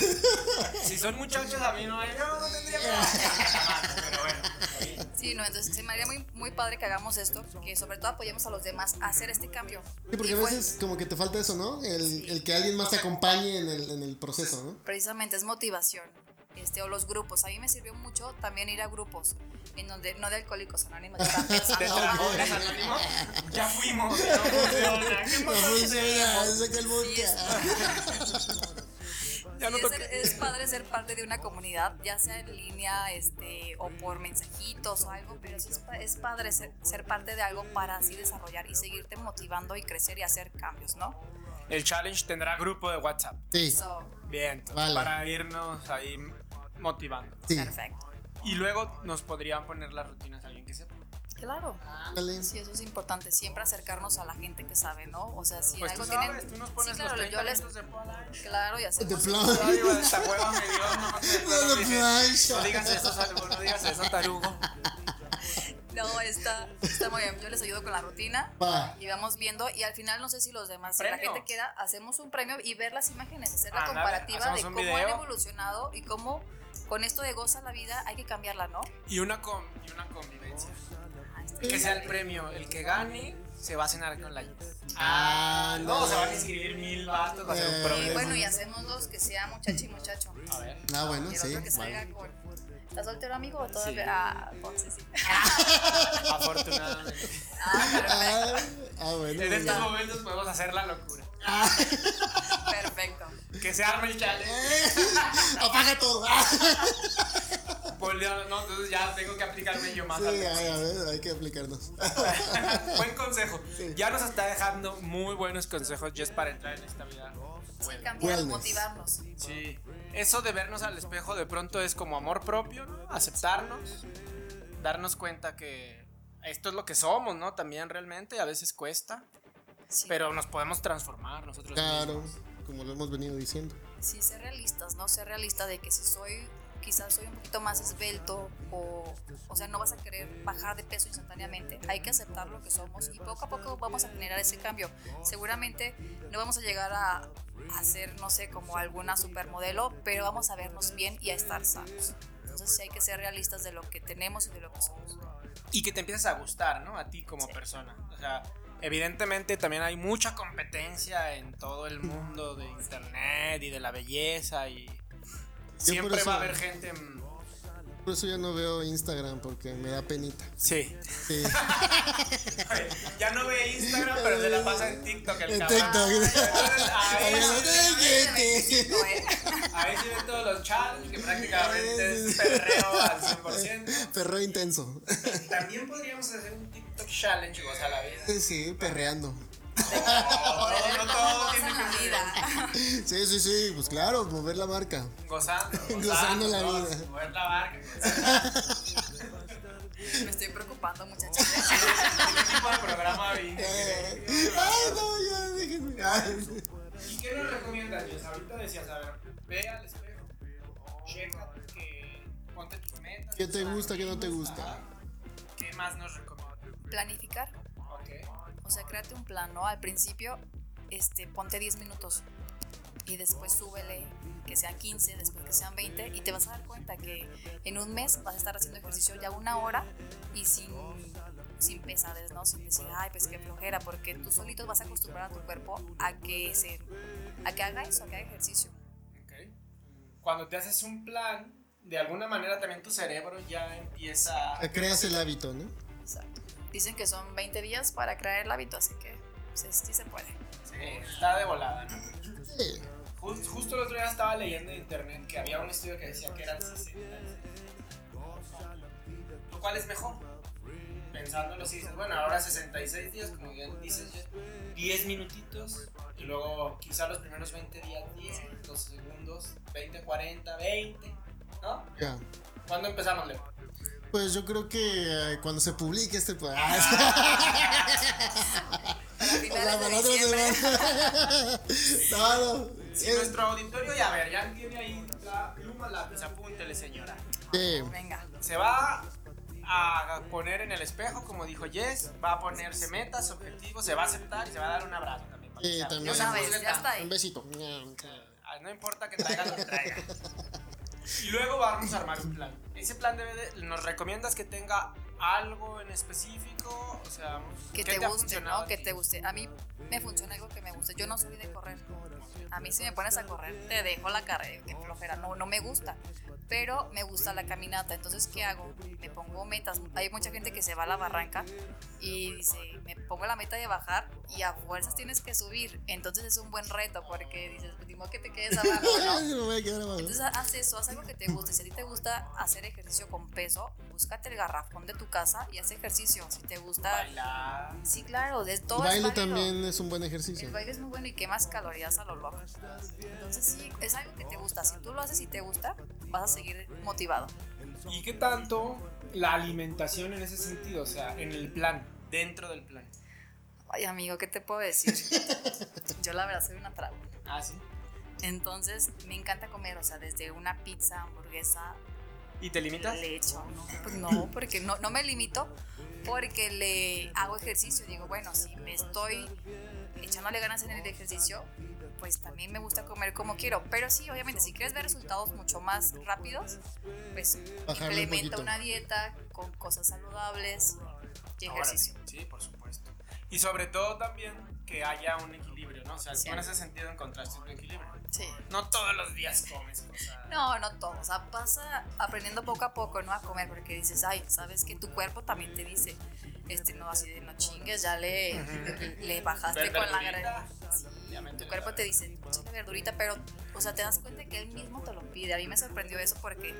Speaker 3: Si son muchachos, a mí no hay. Yo no tendría problema. Pero bueno, está bien.
Speaker 4: Sí, no, entonces se me haría muy, muy padre que hagamos esto, que sobre todo apoyemos a los demás a hacer este cambio.
Speaker 2: Sí, porque
Speaker 4: Y
Speaker 2: a
Speaker 4: pues,
Speaker 2: veces como que te falta eso, ¿no? El, el que alguien más te acompañe en el, en el proceso, ¿no?
Speaker 4: precisamente es motivación. Este, o los grupos. A mí me sirvió mucho también ir a grupos, en donde no de alcohólicos anónimos, yo estaba pensando,
Speaker 3: De trabajadores
Speaker 4: "Ay,
Speaker 3: anónimos, Ah, ya fuimos. No funciona. ¿Qué
Speaker 2: No
Speaker 3: pasó?
Speaker 2: funciona, saca el
Speaker 4: sí, es-
Speaker 2: vodka.
Speaker 3: Ya no
Speaker 4: sí, es,
Speaker 3: toqué.
Speaker 4: es padre ser parte de una comunidad, ya sea en línea este, o por mensajitos o algo, pero sí es, pa- es padre ser, ser parte de algo para así desarrollar y seguirte motivando y crecer y hacer cambios, ¿no?
Speaker 3: El challenge tendrá grupo de WhatsApp.
Speaker 2: Sí,
Speaker 4: So,
Speaker 3: Bien, entonces,
Speaker 2: Vale.
Speaker 3: para irnos ahí motivando.
Speaker 2: sí.
Speaker 4: Perfecto.
Speaker 3: Y luego nos podrían poner las rutinas a alguien que sepa.
Speaker 4: Claro.
Speaker 2: Dale.
Speaker 4: Sí, eso es importante, siempre acercarnos a la gente que sabe, ¿no? O sea, si
Speaker 3: Pues tú
Speaker 4: algo
Speaker 3: sabes,
Speaker 4: tienen...
Speaker 3: tú nos pones
Speaker 4: sí, claro,
Speaker 3: los
Speaker 4: yo
Speaker 3: 30
Speaker 4: les...
Speaker 3: minutos de Polanco.
Speaker 4: Claro, y
Speaker 2: De
Speaker 4: hacemos...
Speaker 2: plan.
Speaker 3: Ay, güey, esta hueva me dio, no me acuerdo,
Speaker 2: No, no,
Speaker 3: dije,
Speaker 2: plancha.
Speaker 3: No digas eso, Salvo, no digas eso, tarugo.
Speaker 4: No, está, está muy bien. Yo les ayudo con la rutina
Speaker 2: Va.
Speaker 4: y vamos viendo. Y al final, no sé si los demás, si la
Speaker 3: Premio.
Speaker 4: gente quiera, hacemos un premio y ver las imágenes, hacer la
Speaker 3: Ándale,
Speaker 4: comparativa
Speaker 3: hacemos
Speaker 4: de
Speaker 3: un
Speaker 4: cómo
Speaker 3: video.
Speaker 4: han evolucionado y cómo con esto de goza la vida hay que cambiarla, ¿no?
Speaker 3: Y una, con, y una convivencia.
Speaker 4: Ah, está
Speaker 3: Que
Speaker 4: bien.
Speaker 3: sea el premio. El que gane se va a cenar con la Yes.
Speaker 2: Ah,
Speaker 3: No, se van a inscribir mil bastos, va a ser un
Speaker 2: Eh,
Speaker 4: Y
Speaker 3: problema.
Speaker 4: bueno, y hacemos dos que sea muchacho y muchacho.
Speaker 3: A ver.
Speaker 2: Ah, bueno,
Speaker 4: Y el
Speaker 2: sí.
Speaker 4: otro que salga
Speaker 2: vale.
Speaker 4: con. ¿Estás soltero, amigo? O todavía.
Speaker 3: Sí.
Speaker 4: Ah, entonces sí.
Speaker 3: Afortunadamente.
Speaker 4: Ah, perfecto.
Speaker 2: Ah, ah, bueno.
Speaker 3: En estos
Speaker 2: bueno.
Speaker 3: momentos podemos hacer la locura.
Speaker 4: perfecto.
Speaker 3: Que se arme el challenge.
Speaker 2: Apaga todo. Ah,
Speaker 3: Volvió- No, entonces ya tengo que aplicarme yo más.
Speaker 2: sí,
Speaker 3: al-
Speaker 2: ay, a ver, hay que aplicarnos.
Speaker 3: Buen consejo. Ya nos está dejando muy buenos consejos, Jess, para entrar en esta vida.
Speaker 4: Sí, cambiar,
Speaker 2: Wellness.
Speaker 4: motivarnos.
Speaker 3: Sí. Eso de vernos al espejo de pronto es como amor propio, ¿no? Aceptarnos, darnos cuenta que esto es lo que somos, ¿no? También realmente a veces cuesta,
Speaker 4: Sí.
Speaker 3: pero nos podemos transformar nosotros
Speaker 2: Claro,
Speaker 3: mismos.
Speaker 2: como lo hemos venido diciendo.
Speaker 4: sí ser realistas, ¿no? Ser realista de que si soy, quizás soy un poquito más esbelto o, o sea, no vas a querer bajar de peso instantáneamente. Hay que aceptar lo que somos y poco a poco vamos a generar ese cambio. Seguramente no vamos a llegar a, a ser, no sé, como alguna supermodelo, pero vamos a vernos bien y a estar sanos. Entonces sí hay que ser realistas de lo que tenemos y de lo que somos.
Speaker 3: Y que te empieces a gustar, ¿no? A ti como persona. O sea, evidentemente también hay mucha competencia en todo el mundo de internet y de la belleza y siempre
Speaker 2: por eso-
Speaker 3: va a haber gente mm,
Speaker 2: Por eso yo no veo Instagram porque me da penita.
Speaker 3: Sí.
Speaker 2: Sí.
Speaker 3: Ya no ve Instagram, pero se la pasa en TikTok el
Speaker 2: En
Speaker 3: cabrón.
Speaker 2: TikTok.
Speaker 3: Ahí
Speaker 4: Ay, requisito, ¿eh?
Speaker 3: ahí sí ven todos los challenges que prácticamente es perreo al 100%.
Speaker 2: Perreo intenso.
Speaker 3: También podríamos hacer un TikTok challenge, o sea, la vida.
Speaker 2: Sí, perreando.
Speaker 3: No, no todo
Speaker 4: Cosas
Speaker 3: tiene
Speaker 4: en la
Speaker 3: que ser
Speaker 4: vida.
Speaker 2: Sí, sí, sí, pues claro, mover la marca.
Speaker 3: Gozando, gozando,
Speaker 2: Gozando la
Speaker 3: ¿no?
Speaker 2: vida.
Speaker 3: Mover la barca.
Speaker 4: Me estoy preocupando, muchachos.
Speaker 3: ¿Qué tipo de programa vino?
Speaker 2: Eh. Ay, no, ya, déjenme. Ay.
Speaker 3: ¿Y qué nos recomiendas, Jess? Ahorita decías, a ver, ve al espejo, checa que ponte tus metas.
Speaker 2: ¿Qué te
Speaker 3: tus
Speaker 2: gusta, qué no te
Speaker 3: objetivos,
Speaker 2: gusta?
Speaker 3: ajá. ¿Qué más nos recomiendas?
Speaker 4: Planificar.
Speaker 3: Ok.
Speaker 4: O sea, créate un plan, ¿no? Al principio, este, ponte 10 minutos y después súbele que sean 15, después que sean 20 y te vas a dar cuenta que en un mes vas a estar haciendo ejercicio ya una hora y sin, sin pesadez, ¿no? Sin decir, ay, pues qué flojera, porque tú solito vas a acostumbrar a tu cuerpo a que, se, a que haga eso, a que haga ejercicio.
Speaker 3: Ok. Cuando te haces un plan, de alguna manera también tu cerebro ya empieza.
Speaker 2: Creas el hábito, ¿no?
Speaker 4: O sea, dicen que son 20 días para crear el hábito, así que sí, sí se puede.
Speaker 3: Sí, está de volada, ¿no?
Speaker 2: Sí.
Speaker 3: Jus- justo el otro día estaba leyendo en internet que había un estudio que decía que eran 60. Lo cual es mejor. Pensándolo, si dices, bueno, ahora 66 días, como bien dices, ya, 10 minutitos. Y luego, quizá los primeros 20 días, 10, los segundos, 20, 40, 20. ¿No?
Speaker 2: Ya.
Speaker 3: ¿Cuándo empezamos, Leo?
Speaker 2: Pues yo creo que eh, cuando se publique este pues. o
Speaker 4: Para
Speaker 2: sea,
Speaker 4: Ah,
Speaker 2: para
Speaker 4: finales de
Speaker 2: la otra
Speaker 4: diciembre.
Speaker 2: semana. no, no.
Speaker 3: Si
Speaker 2: Es-
Speaker 3: nuestro auditorio, ya ver, ya tiene ahí la pluma, lápiz, apúntele, señora.
Speaker 2: Sí.
Speaker 4: Venga.
Speaker 3: se va a poner en el espejo, como dijo Jess, va a ponerse metas, objetivos, se va a aceptar y se va a dar un abrazo también. para
Speaker 2: Sí,
Speaker 3: que sea.
Speaker 2: también.
Speaker 3: No se
Speaker 4: Una vez,
Speaker 3: juzgue
Speaker 4: ya
Speaker 3: tanto.
Speaker 4: está ahí.
Speaker 2: Un besito.
Speaker 3: Ah, No importa que traiga lo que traiga. Y luego vamos a armar un plan. Ese plan debe de- ¿Nos recomiendas que tenga algo en específico? O sea,
Speaker 4: que
Speaker 3: ¿qué
Speaker 4: te,
Speaker 3: ha
Speaker 4: guste,
Speaker 3: funcionado
Speaker 4: ¿no?
Speaker 3: a
Speaker 4: Que
Speaker 3: ti?
Speaker 4: te guste. A mí me funciona algo que me guste. Yo no soy de correr. A mí si me pones a correr, te dejo la carrera, que flojera. No, no me gusta. Pero me gusta la caminata. Entonces, ¿qué hago? Me pongo metas. Hay mucha gente que se va a la barranca y dice, me pongo la meta de bajar y a fuerzas tienes que subir. Entonces es un buen reto porque dices, pues, ni modo que te quedes abajo, ¿no?
Speaker 2: Ay, me voy a quedar abajo.
Speaker 4: Entonces ha- haz eso, haz algo que te guste. Si a ti te gusta hacer ejercicio con peso, búscate el garrafón de tu casa y haz ejercicio. Si te gusta
Speaker 3: Bailar.
Speaker 4: Sí, claro, de todo
Speaker 2: El
Speaker 4: es
Speaker 2: baile
Speaker 4: válido.
Speaker 2: también es un buen ejercicio.
Speaker 4: El baile es muy bueno y quemas calorías a lo loco. Entonces sí, es algo que te gusta. Si tú lo haces y te gusta, vas a seguir motivado.
Speaker 3: ¿Y qué tanto la alimentación en ese sentido? O sea, en el plan, dentro del plan.
Speaker 4: Ay, amigo, ¿qué te puedo decir? Yo la verdad soy una traba.
Speaker 3: Ah, sí.
Speaker 4: Entonces me encanta comer, o sea, desde una pizza, hamburguesa,
Speaker 3: ¿Y te limitas?
Speaker 4: le echo. No, pues no porque no, no me limito, porque le hago ejercicio. Digo, bueno, si me estoy echándole ganas en el ejercicio, pues también me gusta comer como quiero. Pero sí, obviamente, si quieres ver resultados mucho más rápidos, pues
Speaker 2: Bajarle un
Speaker 4: implementa
Speaker 2: poquito.
Speaker 4: una dieta con cosas saludables y
Speaker 3: Ahora
Speaker 4: ejercicio.
Speaker 3: Sí, sí, por supuesto. Y sobre todo también que haya un equilibrio, ¿no? O sea,
Speaker 4: Sí.
Speaker 3: en ese sentido encontraste un equilibrio.
Speaker 4: Sí.
Speaker 3: No todos los días comes cosas.
Speaker 4: No, no todo. O sea, pasa aprendiendo poco a poco, ¿no? A comer, porque dices, ay, sabes que tu cuerpo también te dice, este, no, así de no chingues, ya le, le bajaste
Speaker 3: Ver
Speaker 4: con la
Speaker 3: verdurita,
Speaker 4: grasa.
Speaker 3: ya métele
Speaker 4: tu cuerpo
Speaker 3: la
Speaker 4: te dice, échale verdurita, pero, o sea, te das cuenta que él mismo te lo pide. A mí me sorprendió eso porque,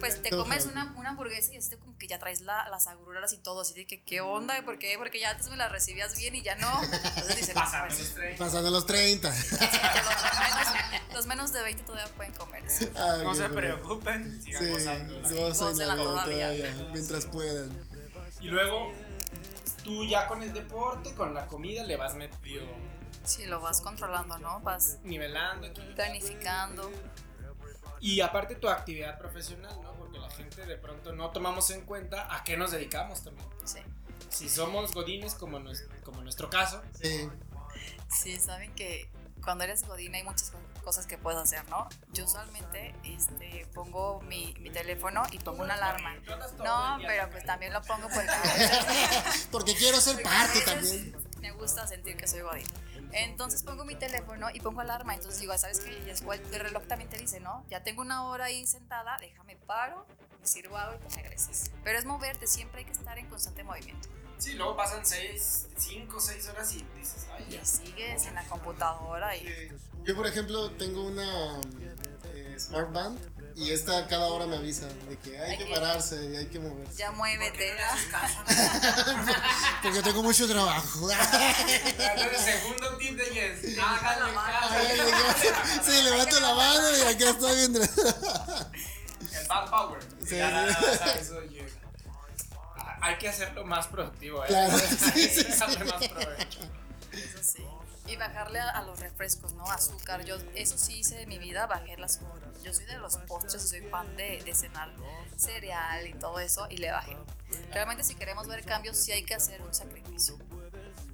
Speaker 4: pues, te
Speaker 2: Todo
Speaker 4: comes
Speaker 2: feo.
Speaker 4: una, una hamburguesa y así de como que ya traes la- las agruras y todo, así de que, ¿qué onda? ¿Por qué? Porque ya antes me las recibías bien y ya no. Entonces dices, no,
Speaker 3: Pásame
Speaker 4: pues,
Speaker 3: los tres.
Speaker 2: Pasando los 30.
Speaker 4: los, menos, los menos de 20 todavía pueden comer.
Speaker 2: Ay,
Speaker 3: No se
Speaker 2: Dios mío.
Speaker 3: preocupen, sigan
Speaker 2: Sí,
Speaker 3: gozando.
Speaker 2: gozan
Speaker 4: Gócenla
Speaker 2: la vida
Speaker 4: todavía.
Speaker 2: todavía, mientras puedan.
Speaker 3: Y luego, tú ya con el deporte, con la comida, le vas metido
Speaker 4: Si lo vas controlando, ¿no? Vas
Speaker 3: nivelando, equilibrando.
Speaker 4: planificando.
Speaker 3: Y aparte tu actividad profesional, ¿no? Porque la gente de pronto no tomamos en cuenta a qué nos dedicamos también.
Speaker 4: Sí.
Speaker 3: Si somos godines, como, nos- como nuestro caso,
Speaker 2: Sí.
Speaker 4: Sí, saben que cuando eres godín hay muchas co- cosas que puedes hacer, ¿no? Yo usualmente este, pongo mi, mi teléfono y pongo una alarma. No, pero pues también lo pongo porque a veces-
Speaker 2: Porque quiero ser parte
Speaker 4: porque a veces
Speaker 2: también.
Speaker 4: Me gusta sentir que soy godín. Entonces pongo mi teléfono y pongo alarma. Entonces digo, "Ah, ¿sabes qué? Y es cual- el reloj también te dice, ¿no? Ya tengo una hora ahí sentada, déjame paro, me sirvo agua y te regresas. Pero es moverte, siempre hay que estar en constante movimiento.
Speaker 3: Sí, luego pasan 6, 5, 6 horas y dices, ay,
Speaker 4: Y
Speaker 3: ya.
Speaker 4: sigues en la computadora y...
Speaker 2: Eh, Yo, por ejemplo, tengo una eh, Smart Band y esta cada hora me avisa de que hay que pararse y hay que moverse.
Speaker 4: Ya muévete. ¿verdad?
Speaker 2: Porque tengo mucho trabajo.
Speaker 3: Entonces, segundo tip de Jess, hágalo,
Speaker 2: Ay, le
Speaker 3: hágalo.
Speaker 2: levanto- sí, levanto la mano y acá estoy viendo.
Speaker 3: El bad power.
Speaker 2: Sí,
Speaker 3: Ya, nada
Speaker 2: sí.
Speaker 3: más a eso llega. Ah, Hay que hacerlo más productivo, ¿eh?
Speaker 2: Claro,
Speaker 3: Hay que sacarle más provecho.
Speaker 4: Eso sí. Y bajarle a, a los refrescos, ¿no? Azúcar. Yo eso sí hice de mi vida, bajé las Yo soy de los postres y soy fan de, de cenar cereal y todo eso y le bajé. Realmente si queremos ver cambios sí hay que hacer un sacrificio.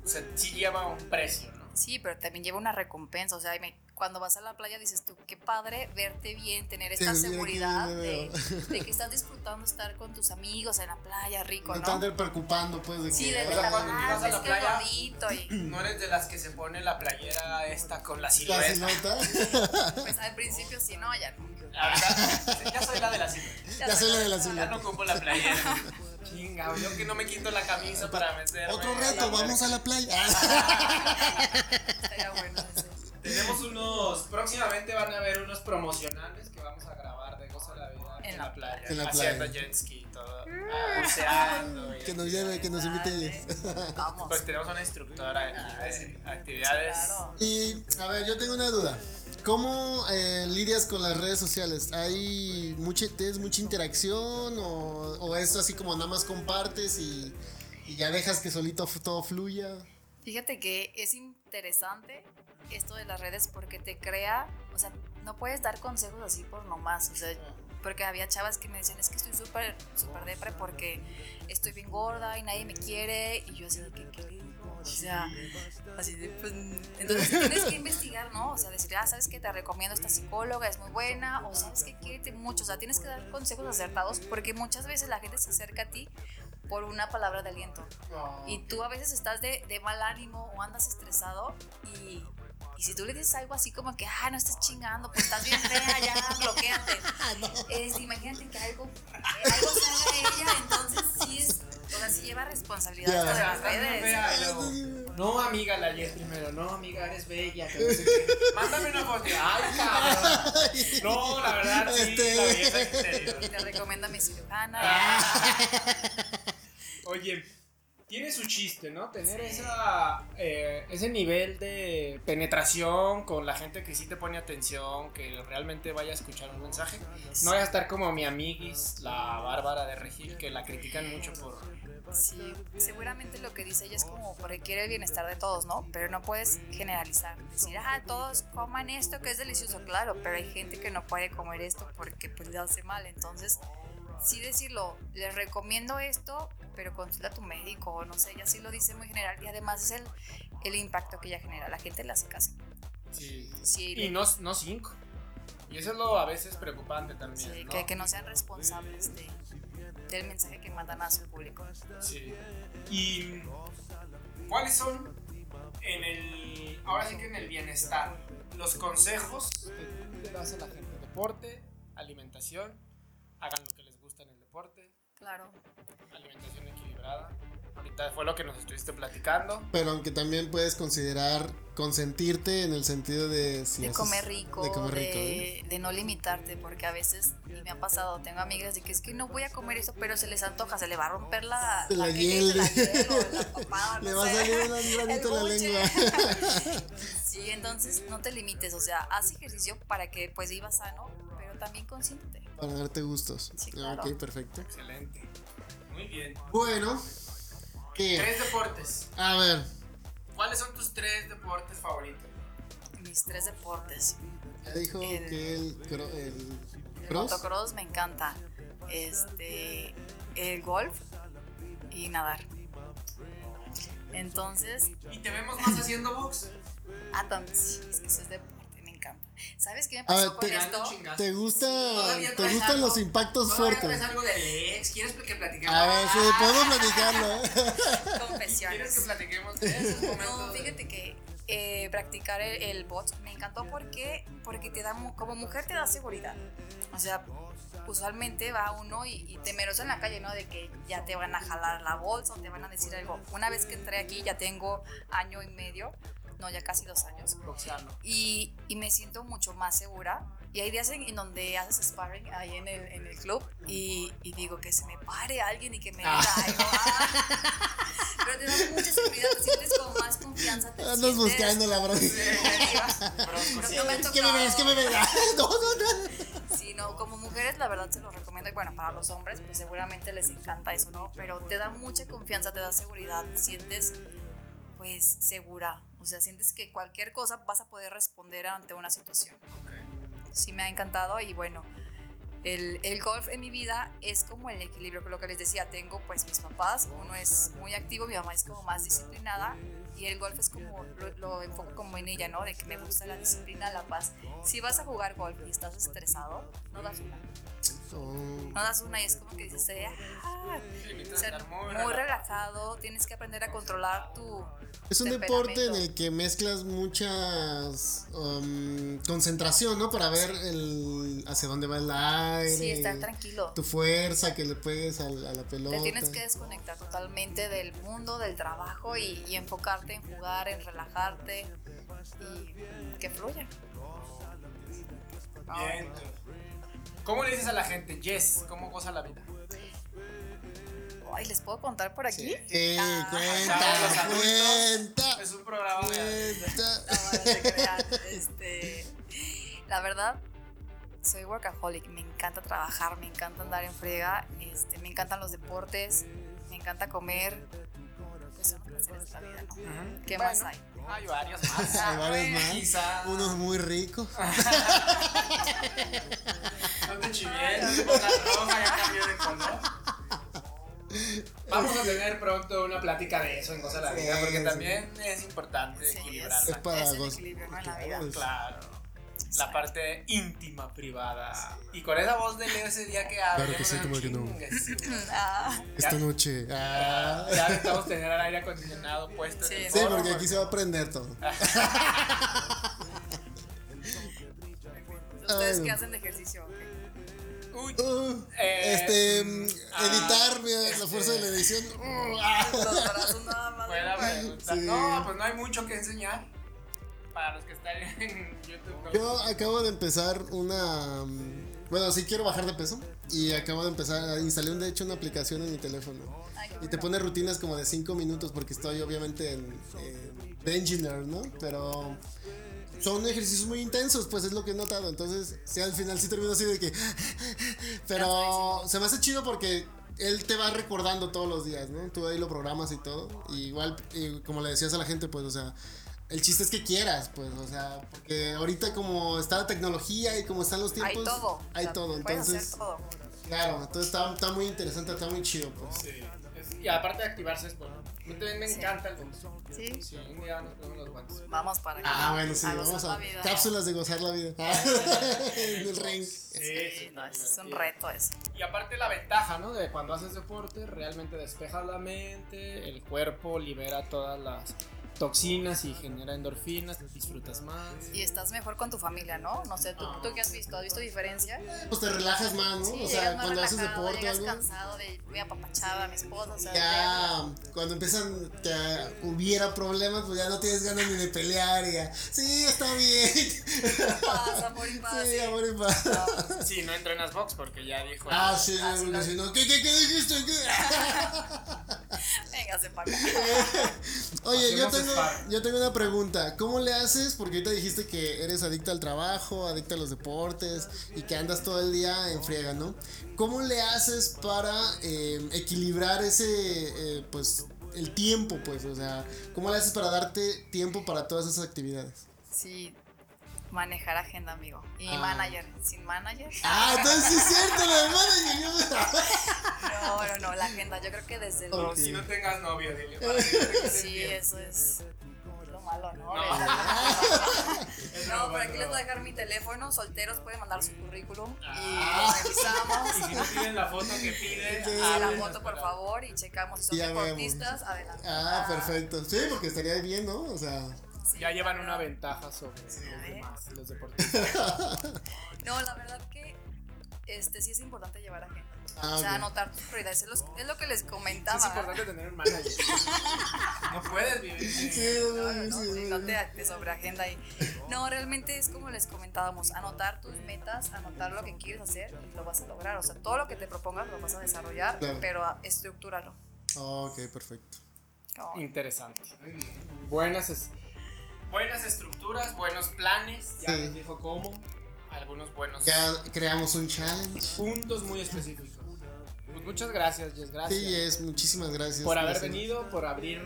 Speaker 3: O sea, sí lleva un precio, ¿no?
Speaker 4: Sí, pero también lleva una recompensa. O sea, me- cuando vas a la playa dices tú, qué padre verte bien, tener esta
Speaker 2: Sí, mira aquí
Speaker 4: seguridad
Speaker 2: me
Speaker 4: de,
Speaker 2: veo.
Speaker 4: de que estás disfrutando estar con tus amigos en la playa, rico,
Speaker 2: Me
Speaker 4: ¿no?
Speaker 2: están preocupando, pues, de que.
Speaker 4: Sí, desde
Speaker 3: O sea,
Speaker 4: la
Speaker 3: cuando vas a la
Speaker 4: mamá, es que
Speaker 3: playa,
Speaker 4: gordito y...
Speaker 3: No eres de las que se pone la playera esta con la
Speaker 2: la
Speaker 3: silueta.
Speaker 2: silueta.
Speaker 4: Pues al principio sí, no, ya no.
Speaker 3: La verdad, ya soy la de la silueta.
Speaker 2: Ya soy la de la
Speaker 3: Ya
Speaker 2: silueta.
Speaker 3: no ocupo la playera. Chinga, yo que no me quito la camisa para meterme.
Speaker 2: Otro
Speaker 3: a la
Speaker 2: reto,
Speaker 3: alberca.
Speaker 2: vamos a la playa.
Speaker 4: Estaría bueno eso.
Speaker 3: Tenemos unos, próximamente van a haber unos promocionales que vamos a grabar de Goza la Vida en,
Speaker 4: En
Speaker 3: la
Speaker 4: la
Speaker 3: playa,
Speaker 2: En la
Speaker 3: haciendo
Speaker 2: playa.
Speaker 3: jet ski y todo, ah, buceando. y-
Speaker 2: que nos lleve, que nos invite ella.
Speaker 4: Dale, Vamos.
Speaker 3: Pues tenemos una instructora aquí de actividades.
Speaker 4: Claro.
Speaker 2: Y, a ver, yo tengo una duda. ¿Cómo eh, lidias con las redes sociales? ¿Hay mucha, tienes mucha interacción o, o es así como nada más compartes y, y ya dejas que solito f- todo fluya?
Speaker 4: Fíjate que es interesante esto de las redes porque te crea, o sea, no puedes dar consejos así por nomás, o sea, porque había chavas que me decían, es que estoy súper, súper depre porque estoy bien gorda y nadie me quiere, y yo así, de que, ¿qué le digo? O sea, así de, pues, entonces tienes que investigar, ¿no? O sea, decir, ah, ¿sabes qué? Te recomiendo esta psicóloga, es muy buena, o ¿sabes qué? Quiérete mucho, o sea, tienes que dar consejos acertados porque muchas veces la gente se acerca a ti por una palabra de aliento. Y tú a veces estás de, de mal ánimo o andas estresado y, y si tú le dices algo así como que, ah, no estás chingando, pues estás bien fea, ya, bloqueate. Es, imagínate que algo, que algo salga de ella, entonces sí es, o sea, sí lleva responsabilidad
Speaker 2: Ya.
Speaker 4: esto
Speaker 3: O
Speaker 4: de
Speaker 3: sea,
Speaker 4: las
Speaker 3: estás bien
Speaker 4: redes.
Speaker 3: fea, y luego, No, amiga, la Jess primero. No, amiga, eres bella. que no sé qué. Mándame una foto. Ay, cabrón. No, la verdad, sí,
Speaker 2: Este-
Speaker 3: la belleza exterior.
Speaker 4: Te recomiendo a mi cirujana.
Speaker 3: Ah. Oye, tiene su chiste, ¿no? Tener esa, eh, ese nivel de penetración con la gente que sí te pone atención, que realmente vaya a escuchar un mensaje. No voy a estar como mi amiguis, la Bárbara de Regil, que la critican mucho por...
Speaker 4: Sí, seguramente lo que dice ella es como requiere el bienestar de todos, ¿no? Pero no puedes generalizar, decir, ah, todos coman esto que es delicioso, claro, pero hay gente que no puede comer esto porque pues le hace mal, entonces sí decirlo, les recomiendo esto, pero consulta a tu médico, o no sé, ella sí lo dice muy general y además es el, el impacto que ella genera, la gente le hace caso.
Speaker 3: Sí.
Speaker 4: Sí,
Speaker 3: Y no, no cinco. Y eso es lo a veces preocupante también.
Speaker 4: sí,
Speaker 3: ¿no?
Speaker 4: que, que no sean responsables de- del mensaje que mandan a su público.
Speaker 3: Sí. ¿Y cuáles son en el. Ahora sí que en el bienestar, los consejos que tú le das a la gente? Deporte, alimentación, hagan lo que les gusta en el deporte,
Speaker 4: Claro.
Speaker 3: alimentación equilibrada. Ahorita fue lo que nos estuviste platicando.
Speaker 2: Pero aunque también puedes considerar consentirte en el sentido de... si
Speaker 4: de
Speaker 2: haces-
Speaker 4: comer rico, de,
Speaker 2: De comer rico. ¿eh?
Speaker 4: de no limitarte, porque a veces, y me ha pasado, tengo amigas de que es que no voy a comer eso, pero se les antoja, se le va a romper la,
Speaker 2: La
Speaker 4: que
Speaker 2: hiel.
Speaker 4: dice, la hiel o la papada,
Speaker 2: Le
Speaker 4: no
Speaker 2: va a
Speaker 4: sé.
Speaker 2: salir un granito en la
Speaker 4: buche.
Speaker 2: lengua.
Speaker 4: sí, entonces no te limites, o sea, haz ejercicio para que pues vivas sano, pero también consciente.
Speaker 2: Para darte gustos.
Speaker 4: Sí,
Speaker 2: Ah,
Speaker 4: claro.
Speaker 2: Ok, perfecto.
Speaker 3: Excelente. Muy bien.
Speaker 2: Bueno, ¿qué?
Speaker 3: Tres deportes.
Speaker 2: A ver,
Speaker 3: ¿Cuáles son tus tres deportes favoritos?
Speaker 4: Mis tres deportes.
Speaker 2: ya dijo
Speaker 4: El-
Speaker 2: que el... cro- el
Speaker 4: El
Speaker 2: cross.
Speaker 4: motocross me encanta. Este, el golf y nadar. Entonces,
Speaker 3: Y te vemos más haciendo box.
Speaker 4: Ah, tam- sí, es que eso es deporte, me encanta. ¿Sabes qué me
Speaker 2: A
Speaker 4: pasó
Speaker 2: ver,
Speaker 4: con
Speaker 2: te-
Speaker 4: esto?
Speaker 2: ¿Te, gusta,
Speaker 5: Todavía
Speaker 2: te
Speaker 5: traes
Speaker 2: gustan
Speaker 5: algo.
Speaker 2: los impactos
Speaker 5: Todavía
Speaker 2: fuertes?
Speaker 5: traes algo del ex, ¿quieres que platiquemos?
Speaker 2: A ver, sí, podemos platicarlo. ¿eh?
Speaker 4: Confesiones.
Speaker 3: ¿Quieres que platiquemos de esos
Speaker 4: No,
Speaker 3: momentos?
Speaker 4: fíjate que eh, practicar el, el bot me encantó porque, porque te da, mu- como mujer te da seguridad. O sea, usualmente va uno y, y temeroso en la calle, ¿no? De que ya te van a jalar la bolsa o te van a decir algo. Una vez que entré aquí ya tengo año y medio, no, ya casi dos años.
Speaker 3: Boxeando.
Speaker 4: y, y me siento mucho más segura. Y hay días en, en donde haces sparring ahí en el, en el club y, y digo que se me pare alguien y que me diga algo. Ah. Pero te da mucha seguridad, te sientes con más confianza. te
Speaker 2: Andas
Speaker 4: sientes-
Speaker 2: buscando la verdad.
Speaker 4: Pero no me ha
Speaker 2: ¿Qué me ves? ¿Qué me ves? No, no, no.
Speaker 4: Sí, no, como mujeres la verdad se los recomiendo y bueno, para los hombres pues seguramente les encanta eso, ¿no? Pero te da mucha confianza, te da seguridad, sientes pues segura, o sea, sientes que cualquier cosa vas a poder responder ante una situación. Sí, me ha encantado y bueno, el, el golf en mi vida es como el equilibrio, lo que les decía, tengo pues mis papás, uno es muy activo, mi mamá es como más disciplinada y el golf es como, lo, lo enfoco como en ella, ¿no? De que me gusta la disciplina, la paz. Si vas a jugar golf y estás estresado, no das una. No das una y es como que dices, eh, ah, o sea, muy relajado, tienes que aprender a controlar tu...
Speaker 2: Es un
Speaker 4: temperamento.
Speaker 2: deporte en el que mezclas muchas um, concentración, ¿no? Para ver el, hacia dónde va el aire.
Speaker 4: Sí, estar tranquilo.
Speaker 2: Tu pues. fuerza que le pegues al- a, la pelota.
Speaker 4: Te tienes que desconectar totalmente del mundo, del trabajo y, y enfocarte en jugar, en relajarte y que fluya.
Speaker 3: Bien. ¿Cómo le dices a la gente? Yes, ¿cómo goza la vida?
Speaker 4: Ay, ¿les puedo contar por aquí?
Speaker 2: Sí,
Speaker 4: Ah,
Speaker 3: ya, los
Speaker 2: cuenta,
Speaker 3: adultos.
Speaker 2: cuenta,
Speaker 3: Es un programa de...
Speaker 2: cuenta.
Speaker 4: No, no te creas, este, la verdad, soy workaholic. Me encanta trabajar, me encanta andar en friega, este, me encantan los deportes, me encanta comer. Pues son los placeres de la vida, ¿no? ¿Qué más hay?
Speaker 3: Hay varios más.
Speaker 2: Hay varios más.
Speaker 3: Quizá.
Speaker 2: Unos muy ricos.
Speaker 3: No te chivies, con la roja ya cambió de color. Vamos a tener pronto una plática de eso en Cosa de la Vida,
Speaker 2: Sí,
Speaker 3: porque
Speaker 2: sí.
Speaker 3: también es importante
Speaker 4: Sí,
Speaker 3: equilibrarla.
Speaker 2: Es pues. para
Speaker 4: Es el
Speaker 2: gozar.
Speaker 4: equilibrio, ¿no? en la vida.
Speaker 3: Claro. La parte íntima, privada. Y con esa voz de Leo ese día que habla.
Speaker 2: Claro que sí, como que no.
Speaker 4: Ah,
Speaker 2: Esta noche. Ah.
Speaker 3: Ya necesitamos tener el aire acondicionado puesto. en
Speaker 4: Sí,
Speaker 3: el pues.
Speaker 2: Sí,
Speaker 3: foro,
Speaker 2: porque aquí se va a aprender todo.
Speaker 4: ¿Ustedes
Speaker 2: Ay,
Speaker 4: qué
Speaker 2: no.
Speaker 4: hacen de ejercicio? ok.
Speaker 3: Uy,
Speaker 2: Uh,
Speaker 3: Eh,
Speaker 2: este,
Speaker 3: mm,
Speaker 2: mm,
Speaker 3: ah,
Speaker 2: editar, mira, la fuerza de la edición. Uh, ah.
Speaker 4: Los brazos nada más.
Speaker 3: fue la pregunta.
Speaker 2: Sí.
Speaker 3: No, pues no hay mucho que enseñar. Para los que están en YouTube. ¿no?
Speaker 2: Yo acabo de empezar una. mm, Bueno, sí quiero bajar de peso. Y acabo de empezar. Instalé, de hecho, una aplicación en mi teléfono.
Speaker 4: Ay, qué
Speaker 2: Y te
Speaker 4: bueno.
Speaker 2: pone rutinas como de 5 minutos porque estoy obviamente en, en de engineer, ¿no? Pero son ejercicios muy intensos, pues es lo que he notado. Entonces, sí, al final sí termino así de que... Pero se me hace chido porque él te va recordando todos los días, ¿no? Tú ahí lo programas y todo. Y igual, y como le decías a la gente, pues, o sea... El chiste es que quieras, pues, o sea, porque ahorita como está la tecnología y como están los tiempos,
Speaker 4: Hay todo.
Speaker 2: hay
Speaker 4: o sea,
Speaker 2: todo,
Speaker 4: puedes hacer
Speaker 2: entonces,
Speaker 4: todo.
Speaker 2: claro, entonces está, está muy interesante, está muy chido, pues.
Speaker 3: Sí. Es- Y aparte de activarse es bueno. A mí también me
Speaker 4: Sí.
Speaker 3: encanta el bolso.
Speaker 4: Sí.
Speaker 3: Si un día nos ponemos los guantes.
Speaker 4: Vamos para acá.
Speaker 2: Ah, bueno, sí,
Speaker 4: A
Speaker 2: vamos
Speaker 4: gozar
Speaker 2: a
Speaker 4: la vida.
Speaker 2: cápsulas de gozar la vida. En el ring.
Speaker 4: Sí, no, es un
Speaker 3: divertido.
Speaker 4: reto eso.
Speaker 3: Y aparte la ventaja, ¿no? De cuando haces deporte, realmente despejas la mente, el cuerpo libera todas las toxinas y genera endorfinas, disfrutas más.
Speaker 4: Y estás mejor con tu familia, ¿no? No sé, ¿tú, tú qué has visto? ¿Has visto diferencia?
Speaker 2: Pues te relajas más, ¿no?
Speaker 4: Sí,
Speaker 2: o sea,
Speaker 4: llegas más
Speaker 2: cuando haces
Speaker 4: relajado,
Speaker 2: deporte o
Speaker 4: llegas
Speaker 2: algo.
Speaker 4: cansado de voy apapachada a mi esposa, o sea, ya-
Speaker 2: Ya, cuando empiezan que hubiera problemas, pues ya no tienes ganas ni de pelear. Y ya, sí, está bien.
Speaker 4: paz, amor y paz.
Speaker 2: Sí, amor y paz.
Speaker 3: Sí, no entrenas box porque ya dijo.
Speaker 2: Ah, sí,
Speaker 4: Ah, sí,
Speaker 2: porque
Speaker 4: no.
Speaker 2: si no, ¿qué, qué, qué dijiste? ¿Qué?
Speaker 4: Véngase para acá.
Speaker 2: Oye, yo
Speaker 3: Hacemos
Speaker 2: tengo,
Speaker 3: sparring.
Speaker 2: yo tengo una pregunta. ¿Cómo le haces? Porque ahorita dijiste que eres adicta al trabajo, adicta a los deportes y que andas todo el día en friega, ¿no? ¿Cómo le haces para eh, equilibrar ese, eh, pues, el tiempo, pues? O sea, ¿cómo le haces para darte tiempo para todas esas actividades?
Speaker 4: Sí, manejar agenda, amigo. Y
Speaker 2: Ah.
Speaker 4: manager, sin manager.
Speaker 2: Ah, entonces sí es cierto, la hermana.
Speaker 4: No, no, no, la agenda. Yo creo que desde el.
Speaker 2: Ok.
Speaker 3: Si no tengas novio, dile.
Speaker 4: Sí, eso es lo malo, ¿no?
Speaker 5: No.
Speaker 4: No, por aquí les voy a dejar mi teléfono. Solteros pueden mandar su currículum
Speaker 3: Ah.
Speaker 4: y revisamos.
Speaker 3: Y si no tienen la foto que piden, ah,
Speaker 2: Sí.
Speaker 4: A Ah, la
Speaker 3: hablen.
Speaker 4: foto, por favor, y checamos si son
Speaker 2: Ya vemos.
Speaker 4: deportistas. Adelante.
Speaker 2: Ah, perfecto. Sí, porque estaría bien, ¿no? O sea,
Speaker 4: Sí,
Speaker 3: Ya llevan
Speaker 4: claro.
Speaker 3: una ventaja sobre los
Speaker 4: ¿eh?
Speaker 3: demás, los deportistas.
Speaker 4: No, la verdad que este sí es importante llevar a gente.
Speaker 2: ah,
Speaker 4: o sea,
Speaker 2: ok.
Speaker 4: anotar tus prioridades. Es, los- es lo que les comentaba.
Speaker 3: Es importante tener un manager. No puedes vivir.
Speaker 2: Sí,
Speaker 3: sin-
Speaker 2: sí,
Speaker 4: No, Ah, no, no,
Speaker 2: sí.
Speaker 4: sí, no te, te sobreagenda ahí. No, realmente es como les comentábamos, anotar tus metas, anotar lo que quieres hacer y lo vas a lograr. O sea, todo lo que te propongas lo vas a desarrollar,
Speaker 2: Claro.
Speaker 4: pero a- estructúralo.
Speaker 2: Ok, perfecto.
Speaker 4: Como-
Speaker 3: Interesante. Buenas, es- buenas estructuras, buenos planes. Ya
Speaker 2: Sí.
Speaker 3: les dijo cómo. Algunos buenos
Speaker 2: Ya creamos un challenge.
Speaker 3: puntos muy específicos. Pues muchas gracias, Jess. Gracias
Speaker 2: Sí, es muchísimas gracias.
Speaker 3: por haber
Speaker 2: Gracias.
Speaker 3: venido, por abrir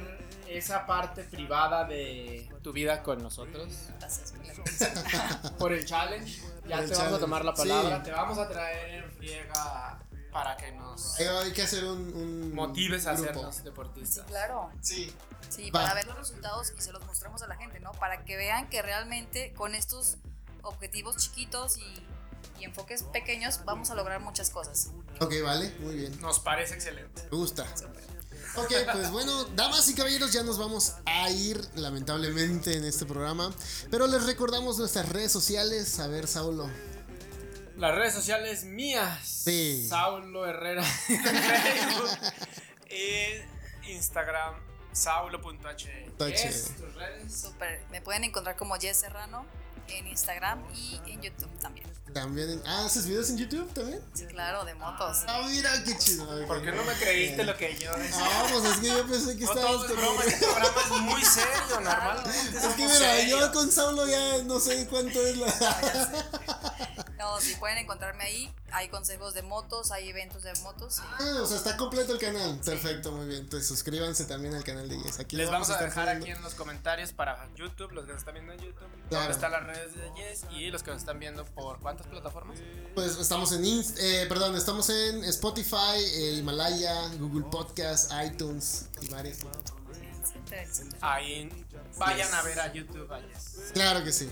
Speaker 3: esa parte privada de tu vida con nosotros.
Speaker 4: Gracias por la
Speaker 3: Por el challenge. Ya
Speaker 2: Por el
Speaker 3: te vamos a
Speaker 2: challenge,
Speaker 3: tomar la
Speaker 2: sí.
Speaker 3: palabra. Te vamos a traer en friega para que nos
Speaker 2: Eh, Hay que hacer un, un
Speaker 3: motives a
Speaker 2: grupo.
Speaker 3: hacernos
Speaker 4: Sí,
Speaker 3: deportistas.
Speaker 4: claro.
Speaker 2: Sí.
Speaker 4: Sí,
Speaker 2: Va.
Speaker 4: para ver los resultados y se los mostramos a la gente, ¿no? Para que vean que realmente con estos objetivos chiquitos y, y enfoques pequeños vamos a lograr muchas cosas.
Speaker 2: Ok, vale, muy bien.
Speaker 3: Nos parece excelente.
Speaker 2: Me gusta.
Speaker 4: Súper.
Speaker 2: Ok, pues bueno, damas y caballeros, ya nos vamos a ir, lamentablemente, en este programa. Pero les recordamos nuestras redes sociales. A ver, Saulo.
Speaker 3: Las redes sociales mías.
Speaker 2: Sí.
Speaker 3: Saulo Herrera. en Facebook. y Instagram. Saulo.h.
Speaker 2: H.
Speaker 3: Es tus redes.
Speaker 4: Súper. Me pueden encontrar como Jess Serrano en Instagram y en YouTube también.
Speaker 2: También. en- Ah, ¿haces videos en YouTube también?
Speaker 4: Sí, claro, de motos.
Speaker 2: Ah, mira, qué chido. Ok.
Speaker 3: ¿Por qué no me creíste lo que yo decía?
Speaker 2: Ah, pues es que yo pensé que
Speaker 3: No
Speaker 2: estabas
Speaker 3: todo es broma, este programa es muy serio, normal.
Speaker 2: Es que mira, yo con Saulo ya no sé cuánto es la.
Speaker 4: No, si pueden encontrarme ahí, hay consejos de motos, hay eventos de motos.
Speaker 2: Ah, o sea, está completo el canal. Perfecto, muy bien. Entonces suscríbanse también al canal de Yes. Aquí
Speaker 3: Les
Speaker 2: lo
Speaker 3: vamos a
Speaker 2: estar
Speaker 3: dejar
Speaker 2: subiendo.
Speaker 3: aquí en los comentarios para YouTube, los que nos están viendo en YouTube,
Speaker 2: Claro.
Speaker 3: dónde están las redes de Yes y los que nos están viendo por cuántas plataformas.
Speaker 2: Pues estamos en Inst- eh, perdón, estamos en Spotify, eh, Himalaya, Google Podcast, iTunes y varias.
Speaker 4: etcétera, etcétera.
Speaker 3: Ahí vayan a ver a YouTube a Yes.
Speaker 2: Claro que sí.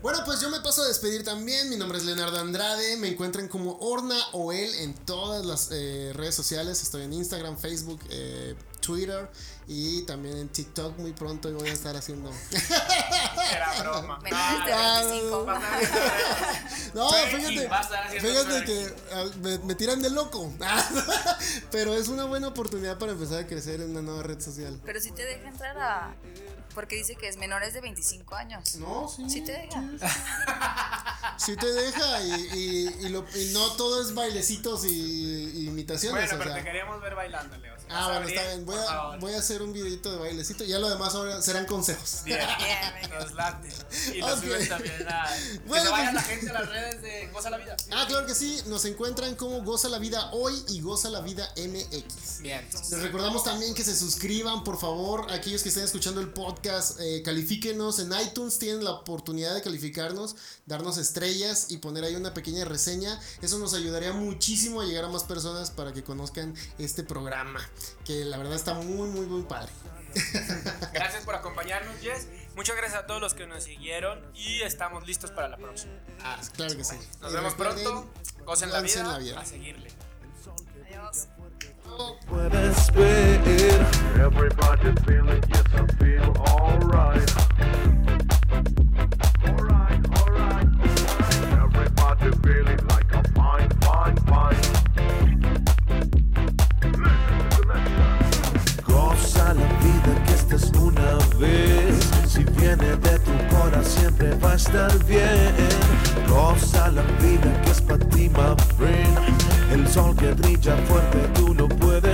Speaker 2: Bueno, pues yo me paso a despedir también. Mi nombre es Leonardo Andrade. Me encuentran como Orna Oel en todas las eh, redes sociales. Estoy en Instagram, Facebook, eh, Twitter y también en TikTok. Muy pronto voy a estar haciendo.
Speaker 3: Era broma.
Speaker 4: Me dijiste
Speaker 2: Ah,
Speaker 4: 25.
Speaker 3: Vas a ver-
Speaker 2: No,
Speaker 3: Twerking,
Speaker 2: fíjate.
Speaker 3: vas a estar haciendo
Speaker 2: Fíjate
Speaker 3: twerking.
Speaker 2: que ah, me, me tiran de loco. Pero es una buena oportunidad para empezar a crecer en una nueva red social.
Speaker 4: Pero si te deja entrar a... Porque dice que es menores de 25 años.
Speaker 2: No, sí.
Speaker 4: Sí te deja.
Speaker 2: Sí te deja y, y- y lo- y no todo es bailecitos y, y
Speaker 3: pues Bueno,
Speaker 2: imitaciones. o
Speaker 3: pero
Speaker 2: sea.
Speaker 3: te queríamos ver bailando, Leo. Si vas
Speaker 2: Ah,
Speaker 3: a
Speaker 2: bueno,
Speaker 3: abrir,
Speaker 2: está bien. Voy
Speaker 3: por
Speaker 2: a,
Speaker 3: favor.
Speaker 2: voy a hacer un videito de bailecito. Ya lo demás ahora serán consejos.
Speaker 3: Bien.
Speaker 4: Bien, venga.
Speaker 3: Nos late. Y lo
Speaker 2: Ok.
Speaker 3: subes también a. que
Speaker 2: Bueno,
Speaker 3: se vayan la
Speaker 2: pues-
Speaker 3: gente a las redes de Goza la Vida.
Speaker 2: Ah, claro que sí. Nos encuentran como Goza la Vida Hoy y Goza la Vida MX.
Speaker 3: Bien.
Speaker 2: Les recordamos también que se suscriban, por favor, aquellos que estén escuchando el podcast, eh, califíquenos en iTunes, tienen la oportunidad de calificarnos, darnos estrellas y poner ahí una pequeña reseña. Eso nos ayudaría muchísimo a llegar a más personas para que conozcan este programa, que la verdad está muy, muy, muy padre.
Speaker 3: Gracias por acompañarnos, Jess. Muchas gracias a todos los que nos siguieron y estamos listos para la próxima.
Speaker 2: Ah, Claro que sí.
Speaker 3: Nos
Speaker 2: Y
Speaker 3: vemos
Speaker 2: recuerden-
Speaker 3: pronto. Gocen la
Speaker 2: gocen
Speaker 3: vida.
Speaker 2: la vida.
Speaker 3: A seguirle.
Speaker 4: Adiós.
Speaker 1: puedes ver. Everybody feeling, yes, I feel alright. Alright, alright, alright. Everybody feeling like a fine, fine, fine. Goza la vida que esta es una vez. Si viene de tu corazón siempre va a estar bien. Goza la vida que es para ti, my friend. El sol que brilla fuerte, tú lo puedes.